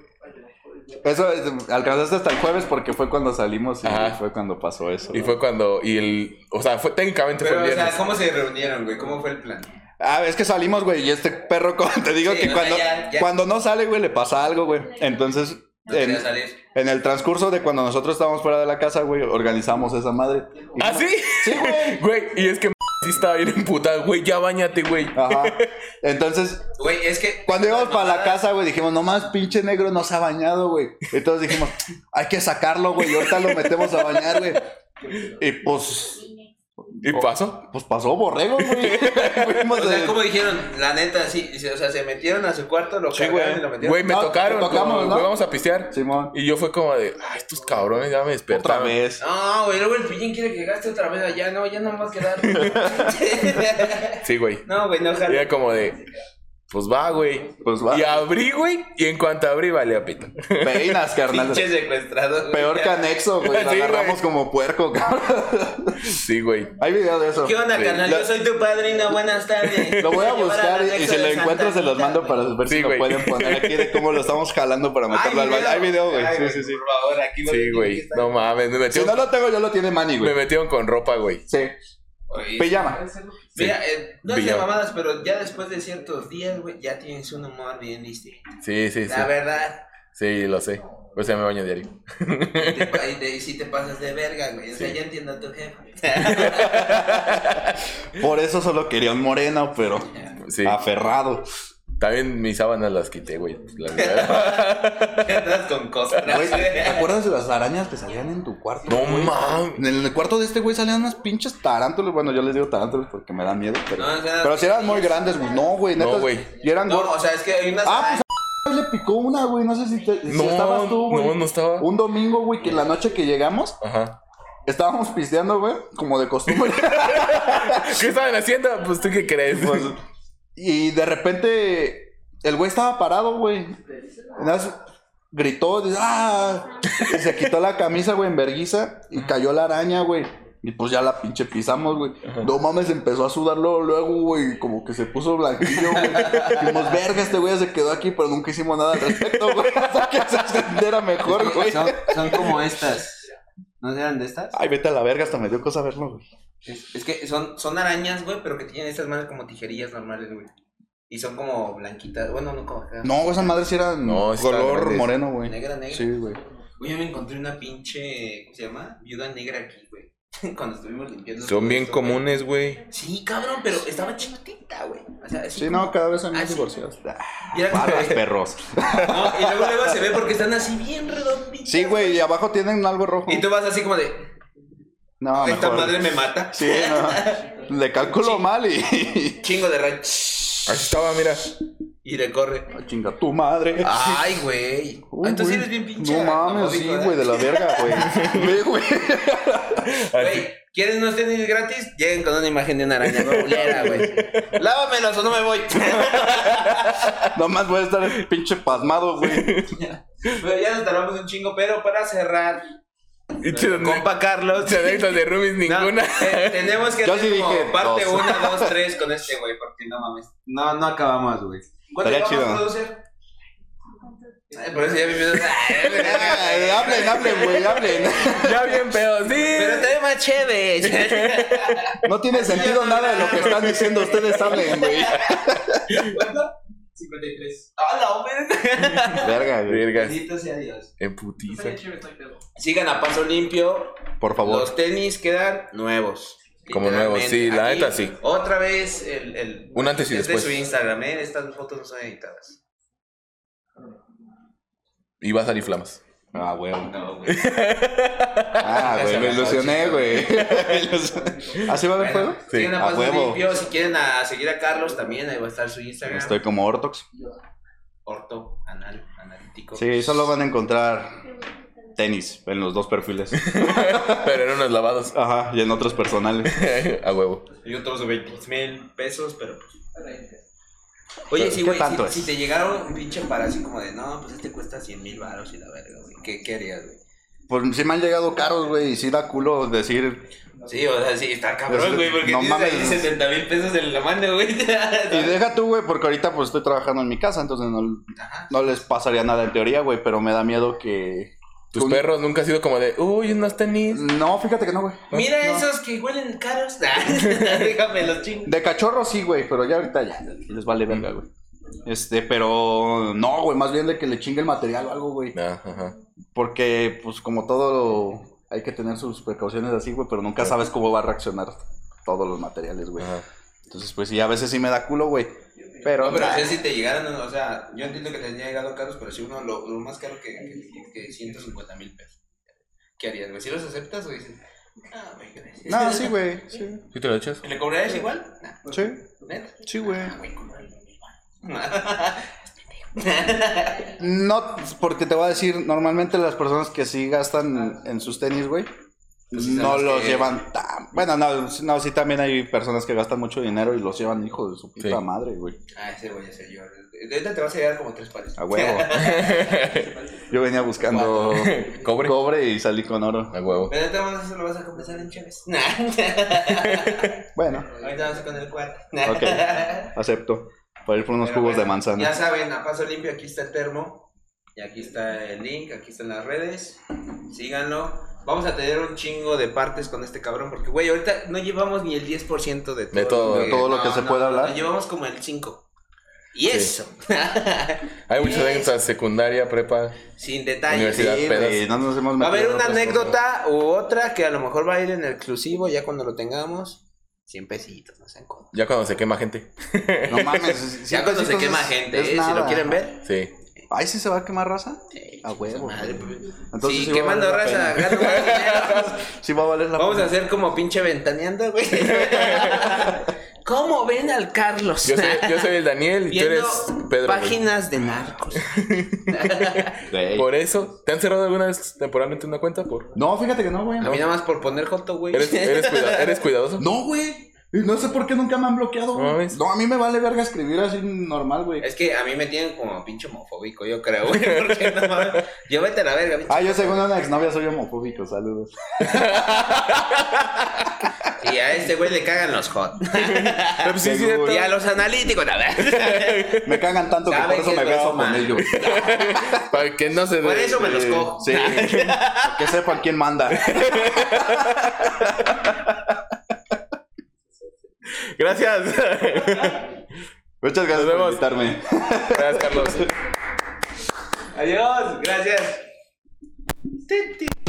Speaker 2: Eso es- alcanzaste hasta el jueves porque fue cuando salimos y
Speaker 3: Ajá.
Speaker 2: fue cuando pasó eso.
Speaker 3: Y fue cuando, y el, o sea, fue técnicamente
Speaker 1: Pero,
Speaker 3: fue
Speaker 1: o
Speaker 3: el
Speaker 1: sea,
Speaker 3: viernes.
Speaker 1: ¿cómo se reunieron, güey? ¿Cómo fue el plan?
Speaker 2: Ah, es que salimos, güey, y este perro, [laughs] como te digo
Speaker 1: Sí,
Speaker 2: que
Speaker 1: o sea,
Speaker 2: cuando,
Speaker 1: ya- ya.
Speaker 2: cuando no sale, güey, le pasa algo, güey. Entonces,
Speaker 1: No
Speaker 2: en,
Speaker 1: quería salir.
Speaker 2: en el transcurso de cuando nosotros estábamos fuera de la casa, güey, organizamos esa madre. Y-
Speaker 3: ¿Ah, sí?
Speaker 2: Sí,
Speaker 1: [laughs]
Speaker 2: güey.
Speaker 3: Güey, y es que sí estaba bien emputado, güey, ya bañate, güey.
Speaker 2: Ajá. Entonces,
Speaker 1: Güey, es que.
Speaker 2: Cuando íbamos para la casa, güey, dijimos, no más, pinche negro no se ha bañado, güey. Entonces dijimos, hay que sacarlo, güey, y ahorita lo metemos a bañar, güey. Y pues,
Speaker 3: Y pasó.
Speaker 2: pues pasó
Speaker 1: [laughs]
Speaker 2: borrego, güey. Fuimos
Speaker 1: O sea,
Speaker 2: de-
Speaker 1: ¿cómo dijeron? La neta, sí. sí, O sea, se metieron a su cuarto, lo
Speaker 2: Sí,
Speaker 1: cargaron
Speaker 2: güey.
Speaker 1: y lo metieron.
Speaker 3: Güey, me
Speaker 2: No,
Speaker 3: tocaron.
Speaker 2: te tocamos,
Speaker 3: como,
Speaker 2: ¿no?
Speaker 3: Güey, vamos a pistear.
Speaker 2: Simón,
Speaker 3: Y yo fue como de, ay, estos cabrones ya me
Speaker 2: otra
Speaker 3: despertaron.
Speaker 2: vez.
Speaker 1: No, güey, luego el pillín quiere que gaste otra vez allá. No, ya no me vas a
Speaker 3: [laughs]
Speaker 1: quedar.
Speaker 3: Sí, güey.
Speaker 1: [laughs] no, güey, no,
Speaker 3: Y
Speaker 1: ojalá.
Speaker 3: era como de, pues va, güey.
Speaker 2: Pues va,
Speaker 3: Y abrí, güey, y en cuanto abrí, vale a pito. [laughs]
Speaker 2: peinas, carnal.
Speaker 1: Pinche secuestrado. güey.
Speaker 2: Peor que anexo, güey, lo
Speaker 3: Sí, güey.
Speaker 2: agarramos como puerco, cabrón.
Speaker 3: Sí, güey.
Speaker 2: Hay video de eso.
Speaker 1: ¿Qué onda,
Speaker 3: Sí.
Speaker 1: carnal? Yo soy tu padrino, buenas tardes.
Speaker 2: [laughs] Lo voy a
Speaker 1: Te llevarán
Speaker 2: buscar
Speaker 1: al
Speaker 2: y
Speaker 1: anexo
Speaker 2: si lo
Speaker 1: de
Speaker 2: encuentro
Speaker 1: Santa
Speaker 2: se los
Speaker 1: Rita,
Speaker 2: mando
Speaker 1: güey.
Speaker 2: para ver
Speaker 3: Sí,
Speaker 2: si lo
Speaker 3: güey.
Speaker 2: pueden poner aquí de cómo lo estamos jalando para meterlo al baño. Hay video, güey.
Speaker 1: Ay,
Speaker 2: Sí, sí, sí.
Speaker 1: Por favor, aquí
Speaker 3: Sí, güey. No mames, me
Speaker 2: Si
Speaker 3: metieron,
Speaker 2: no lo tengo, yo lo tiene Manny,
Speaker 3: me
Speaker 2: güey.
Speaker 3: metieron con ropa, güey.
Speaker 2: Sí.
Speaker 1: Oye,
Speaker 2: Pijama.
Speaker 1: Mira, eh, no es de
Speaker 3: Pijama.
Speaker 1: mamadas, pero ya después de ciertos días, güey, ya tienes un humor bien distinto.
Speaker 3: Sí, sí, sí.
Speaker 1: La verdad,
Speaker 3: Sí, lo sé. O sea, me baño diario.
Speaker 1: y, te pa- y te- y si te pasas de verga, güey. O sea,
Speaker 3: Sí.
Speaker 1: ya entiendo a tu jefe.
Speaker 2: Por eso solo quería un moreno, pero
Speaker 3: Sí.
Speaker 2: Ah. aferrado.
Speaker 3: También mis sábanas las quité, güey.
Speaker 2: [laughs]
Speaker 3: La verdad.
Speaker 1: Andas con cosas.
Speaker 2: Güey, ¿Te [laughs] acuerdas de las arañas que salían en tu cuarto?
Speaker 3: No
Speaker 2: güey?
Speaker 3: mames.
Speaker 2: En el cuarto de este güey salían unas pinches tarántulas. Bueno, yo les digo tarántulas porque me da miedo, pero.
Speaker 1: No, o sea,
Speaker 2: pero si eran muy grandes, güey. No, güey, neta.
Speaker 3: No, güey.
Speaker 2: Y eran
Speaker 1: No,
Speaker 2: gordas.
Speaker 1: o sea, es que hay unas.
Speaker 2: [laughs] Ah, pues a le picó una, güey. No sé si, te, si
Speaker 3: No,
Speaker 2: estabas tú, güey.
Speaker 3: no, no estaba.
Speaker 2: Un domingo, güey, que la noche que llegamos,
Speaker 3: Ajá. [laughs]
Speaker 2: estábamos pisteando, güey, como de costumbre.
Speaker 3: ¿Qué estaban haciendo? Pues tú qué crees.
Speaker 2: Pues, y de repente el güey estaba parado, güey. Nada más gritó, dice, ¡ah! Y se quitó la camisa, güey, en verguiza y cayó la araña, güey. Y pues ya la pinche pisamos, güey. No mames, empezó a sudar luego, luego, güey. Como que se puso blanquillo, güey. Dijimos, verga, este güey ya se quedó aquí, pero nunca hicimos nada al respecto, güey. Hasta que se ascendiera mejor, güey.
Speaker 1: son como estas. ¿No eran de estas?
Speaker 2: Ay, vete a la verga, hasta me dio cosa verlo, güey.
Speaker 1: Es, es que son, son arañas, güey, pero que tienen estas manos como tijerillas normales, güey. Y son como blanquitas. Bueno, no como acá.
Speaker 2: No, esa madre sí era
Speaker 3: No, está
Speaker 2: color
Speaker 3: grande.
Speaker 2: moreno, güey.
Speaker 1: Negra, negra.
Speaker 2: Sí, güey.
Speaker 1: Güey, yo me encontré una pinche. ¿Cómo se llama? Viuda negra aquí, güey. [laughs] Cuando estuvimos limpiando. todo
Speaker 3: [laughs] Son bien
Speaker 1: esto, güey.
Speaker 3: comunes, güey.
Speaker 1: Sí, cabrón, pero estaba chiquitita, güey. O sea, así
Speaker 2: Sí,
Speaker 1: como-
Speaker 2: no, cada vez hay más
Speaker 1: así.
Speaker 2: divorciados.
Speaker 1: Y era como-
Speaker 2: Barras, perros.
Speaker 1: No, y luego luego se ve porque están así bien redonditas.
Speaker 2: Sí, güey, y abajo tienen algo rojo.
Speaker 1: Y tú vas así como de.
Speaker 2: No,
Speaker 1: Esta
Speaker 2: mejor.
Speaker 1: madre me mata.
Speaker 2: Sí, no. Le calculo mal y. [laughs]
Speaker 1: Chingo de rayo.
Speaker 3: Aquí estaba, mira.
Speaker 1: Y le corre.
Speaker 2: Ay, Ah, Chinga tu madre.
Speaker 1: Ay, güey.
Speaker 2: Uy,
Speaker 1: Ah, Entonces
Speaker 2: Uh,
Speaker 1: eres
Speaker 2: güey.
Speaker 1: bien pinche. ¿eh?
Speaker 2: No mames,
Speaker 1: aracnofóbico,
Speaker 2: sí,
Speaker 1: ¿verdad?
Speaker 2: güey, de la verga,
Speaker 1: [laughs]
Speaker 2: güey. Ve, güey.
Speaker 3: Así.
Speaker 1: Güey, ¿quieren unos tenis gratis? Lleguen con una imagen de una araña culera,
Speaker 2: [laughs]
Speaker 1: güey. Lávamelos o no me voy. [laughs]
Speaker 2: Nomás voy a estar pinche pasmado, güey.
Speaker 1: Pero ya nos tardamos un chingo, pero para cerrar,
Speaker 3: Y te- [laughs]
Speaker 1: compa Carlos.
Speaker 3: Se anécdotas
Speaker 2: [laughs]
Speaker 3: de roomies
Speaker 1: No,
Speaker 3: ninguna.
Speaker 1: eh, tenemos que
Speaker 2: Yo
Speaker 1: hacer
Speaker 2: sí
Speaker 1: como
Speaker 2: dije
Speaker 1: parte
Speaker 2: dos.
Speaker 1: 1,
Speaker 2: [laughs]
Speaker 1: 2, 3 con este güey, porque no mames. No, no acabamos, güey. ¿Cuánto
Speaker 2: Estaría
Speaker 1: llevamos,
Speaker 2: chido.
Speaker 1: producer? Ay, por eso ya me empiezo
Speaker 2: Ay, Hablen, hablen, güey, hablen.
Speaker 3: Ya bien pedo,
Speaker 1: Pero
Speaker 3: sí.
Speaker 1: te más
Speaker 2: [laughs]
Speaker 1: chévere.
Speaker 2: No tiene sentido nada de lo que están diciendo. Ustedes hablen, güey.
Speaker 1: ¿Cuánto? 53. ¡Hola, hombre!
Speaker 2: Verga, güey.
Speaker 3: Vergas.
Speaker 1: Bendito sea Dios.
Speaker 3: En putiza.
Speaker 1: Sigan a paso limpio.
Speaker 2: Por favor.
Speaker 1: Los tenis quedan nuevos.
Speaker 3: Como nuevos, sí, la
Speaker 1: Aquí,
Speaker 3: neta sí.
Speaker 1: Otra vez el, el
Speaker 3: Un antes y
Speaker 1: es
Speaker 3: después.
Speaker 1: de su Instagram, ¿eh? Estas fotos no son editadas.
Speaker 3: Y va a salir flamas.
Speaker 2: Ah, güey.
Speaker 1: No, güey.
Speaker 2: Ah, güey, me ilusioné,
Speaker 1: [laughs]
Speaker 2: güey. ¿Así va a haber
Speaker 1: Bueno,
Speaker 2: juego?
Speaker 1: sigan a
Speaker 2: a
Speaker 1: Paso
Speaker 2: huevo.
Speaker 1: Limpio. Si quieren a seguir a Carlos también, ahí va a estar su Instagram.
Speaker 2: Estoy como Ortox.
Speaker 1: Orto, anal, analítico.
Speaker 2: Sí, solo van a encontrar tenis en los dos perfiles.
Speaker 3: Pero en unos lavados. [laughs]
Speaker 2: Ajá, y en otros personales.
Speaker 3: a huevo.
Speaker 1: Y otros de 20 mil pesos, pero pues. Oye,
Speaker 2: Pero,
Speaker 1: sí,
Speaker 2: ¿qué
Speaker 1: güey,
Speaker 2: tanto
Speaker 1: si,
Speaker 2: es?
Speaker 1: si te llegaron un pinche para así como de, no, pues este cuesta 100 mil baros y la verga, güey. ¿Qué, qué harías, güey?
Speaker 2: Pues sí me han llegado caros, güey, y sí da culo decir.
Speaker 1: Sí, o sea, sí, está cabrón,
Speaker 2: Pues,
Speaker 1: güey, porque
Speaker 2: no
Speaker 1: tienes ahí
Speaker 2: mames.
Speaker 1: 70 mil pesos en la mano, güey.
Speaker 2: [laughs] Y deja tú, güey, porque ahorita pues estoy trabajando en mi casa, entonces no,
Speaker 1: Ajá.
Speaker 2: no les pasaría nada en teoría, güey, pero me da miedo que.
Speaker 3: Tus perros nunca han sido como de, uy, unos tenis.
Speaker 2: No, fíjate que no, güey.
Speaker 1: Mira
Speaker 2: No.
Speaker 1: esos que huelen caros. [laughs] Ah, Déjame los chingos.
Speaker 2: De cachorro sí, güey, pero ya ahorita ya les vale verga, güey. Este, pero no, güey, más bien de que le chingue el material o algo, güey.
Speaker 3: Ah, ajá.
Speaker 2: Porque, pues, como todo, hay que tener sus precauciones así, güey, pero nunca sabes cómo va a reaccionar todos los materiales, güey.
Speaker 3: Ajá.
Speaker 2: Entonces, pues, sí, a veces sí me da culo, güey. Pero, ah.
Speaker 1: No, pero o sea, si te llegaran, o sea, yo entiendo que te han llegado caros, pero si uno, lo, lo más caro que, que, que 150 mil pesos. ¿Qué harías, güey? ¿Si los aceptas o dices, ah, güey, gracias?
Speaker 2: no, sí,
Speaker 1: [laughs]
Speaker 2: güey, sí,
Speaker 3: ¿Sí te lo echas?
Speaker 1: ¿Le cobrarías igual? Nah,
Speaker 2: sí,
Speaker 1: ¿Neta?
Speaker 2: sí, güey.
Speaker 1: Ah, güey, cobrarle mil
Speaker 2: [laughs]
Speaker 1: Ah,
Speaker 2: No, porque te voy a decir, normalmente las personas que sí gastan en sus tenis, güey,
Speaker 1: Pues sí son
Speaker 2: no
Speaker 1: los
Speaker 2: los
Speaker 1: que-
Speaker 2: llevan tan... Bueno, no, sí- no, sí también hay personas que gastan mucho dinero y los llevan hijo de su puta
Speaker 3: Sí.
Speaker 2: madre, güey.
Speaker 1: [laughs] Ah, ese güey, ese yo. De ahorita te vas a llegar como tres pares.
Speaker 2: A huevo.
Speaker 1: [laughs]
Speaker 2: Yo venía buscando
Speaker 3: [laughs] Cobre.
Speaker 2: cobre y salí con oro.
Speaker 3: A huevo.
Speaker 1: Pero ahorita vamos a eso lo vas a compensar en [laughs] Chávez. Nah.
Speaker 2: Bueno,
Speaker 1: Ahorita vamos con el cuarto.
Speaker 2: Ok. acepto. Para ir por [laughs] unos
Speaker 1: Pero
Speaker 2: cubos
Speaker 1: bueno,
Speaker 2: de manzana.
Speaker 1: Ya saben, a paso limpio, aquí está el termo. Y aquí está el link, aquí están las redes. Síganlo. Vamos a tener un chingo de partes con este cabrón. Porque, güey, ahorita no llevamos ni el 10% de todo,
Speaker 3: De todo, de
Speaker 2: todo lo que se puede hablar.
Speaker 1: llevamos como el 5%. Y
Speaker 3: Sí.
Speaker 1: eso,
Speaker 3: Hay muchas anécdotas, secundaria, prepa.
Speaker 1: sin detalles.
Speaker 2: Pues Sí,
Speaker 3: Universidad.
Speaker 2: güey,
Speaker 3: pedas.
Speaker 2: no nos hemos
Speaker 1: Va a
Speaker 2: metido
Speaker 1: haber
Speaker 2: en
Speaker 1: una
Speaker 2: otras
Speaker 1: anécdota u otra que a lo mejor va a ir en el exclusivo ya cuando lo tengamos. 100 pesitos, no sean codos.
Speaker 3: Ya cuando se quema gente.
Speaker 2: cosas.
Speaker 1: [laughs]
Speaker 2: No mames. si- si
Speaker 1: Ya cuando se
Speaker 2: entonces
Speaker 1: quema
Speaker 2: es-
Speaker 1: gente,
Speaker 2: es
Speaker 1: eh, si lo
Speaker 2: nada.
Speaker 1: quieren ver.
Speaker 3: Sí.
Speaker 2: Ay, sí se va a quemar raza. A huevo.
Speaker 1: Madre,
Speaker 2: güey.
Speaker 1: pues.
Speaker 2: Entonces
Speaker 1: sí,
Speaker 2: sí va a
Speaker 1: quemando
Speaker 2: valer
Speaker 1: raza,
Speaker 2: la
Speaker 1: gano más dinero. [laughs]
Speaker 2: Sí va a valer la
Speaker 1: Vamos a
Speaker 2: pena.
Speaker 1: hacer como pinche ventaneando, güey. [laughs] ¿Cómo ven al Carlos?
Speaker 3: Yo soy,
Speaker 1: [laughs]
Speaker 3: yo soy el Daniel y tú
Speaker 1: Viendo
Speaker 3: eres Pedro. güey.
Speaker 1: páginas de narcos.
Speaker 2: Güey.
Speaker 3: Por eso, ¿te han cerrado alguna vez temporalmente una cuenta? Por...
Speaker 2: No, fíjate que no, güey.
Speaker 1: A mí nada más por poner joto, güey.
Speaker 3: ¿Eres, eres, cuida- eres cuidadoso?
Speaker 2: No, güey. No sé por qué nunca me han bloqueado.
Speaker 3: No
Speaker 2: güey.
Speaker 3: mames.
Speaker 2: No, a mí me vale verga escribir así normal,
Speaker 1: [laughs]
Speaker 2: güey.
Speaker 1: Es que a mí me tienen como pinche homofóbico, yo creo, güey. Porque no mames. Yo vete a la verga, pinche.
Speaker 2: Ah, yo según una exnovia soy homofóbico, saludos.
Speaker 1: Y a este güey le cagan los hot.
Speaker 3: Pero pues sí, es
Speaker 2: Seguro.
Speaker 3: cierto.
Speaker 1: Y a los analíticos, la verdad.
Speaker 2: Me cagan tanto que por
Speaker 1: Saben
Speaker 2: eso
Speaker 1: que
Speaker 2: me
Speaker 1: es
Speaker 2: beso
Speaker 1: broma.
Speaker 2: con ellos.
Speaker 3: Para que no se
Speaker 1: Por
Speaker 3: dé.
Speaker 1: eso me los cojo. [laughs]
Speaker 2: Sí. Para que sepan quién manda.
Speaker 3: Gracias.
Speaker 2: Muchas gracias por
Speaker 3: vemos.
Speaker 2: invitarme.
Speaker 3: Gracias, Carlos.
Speaker 1: Adiós, gracias. Ti, ti.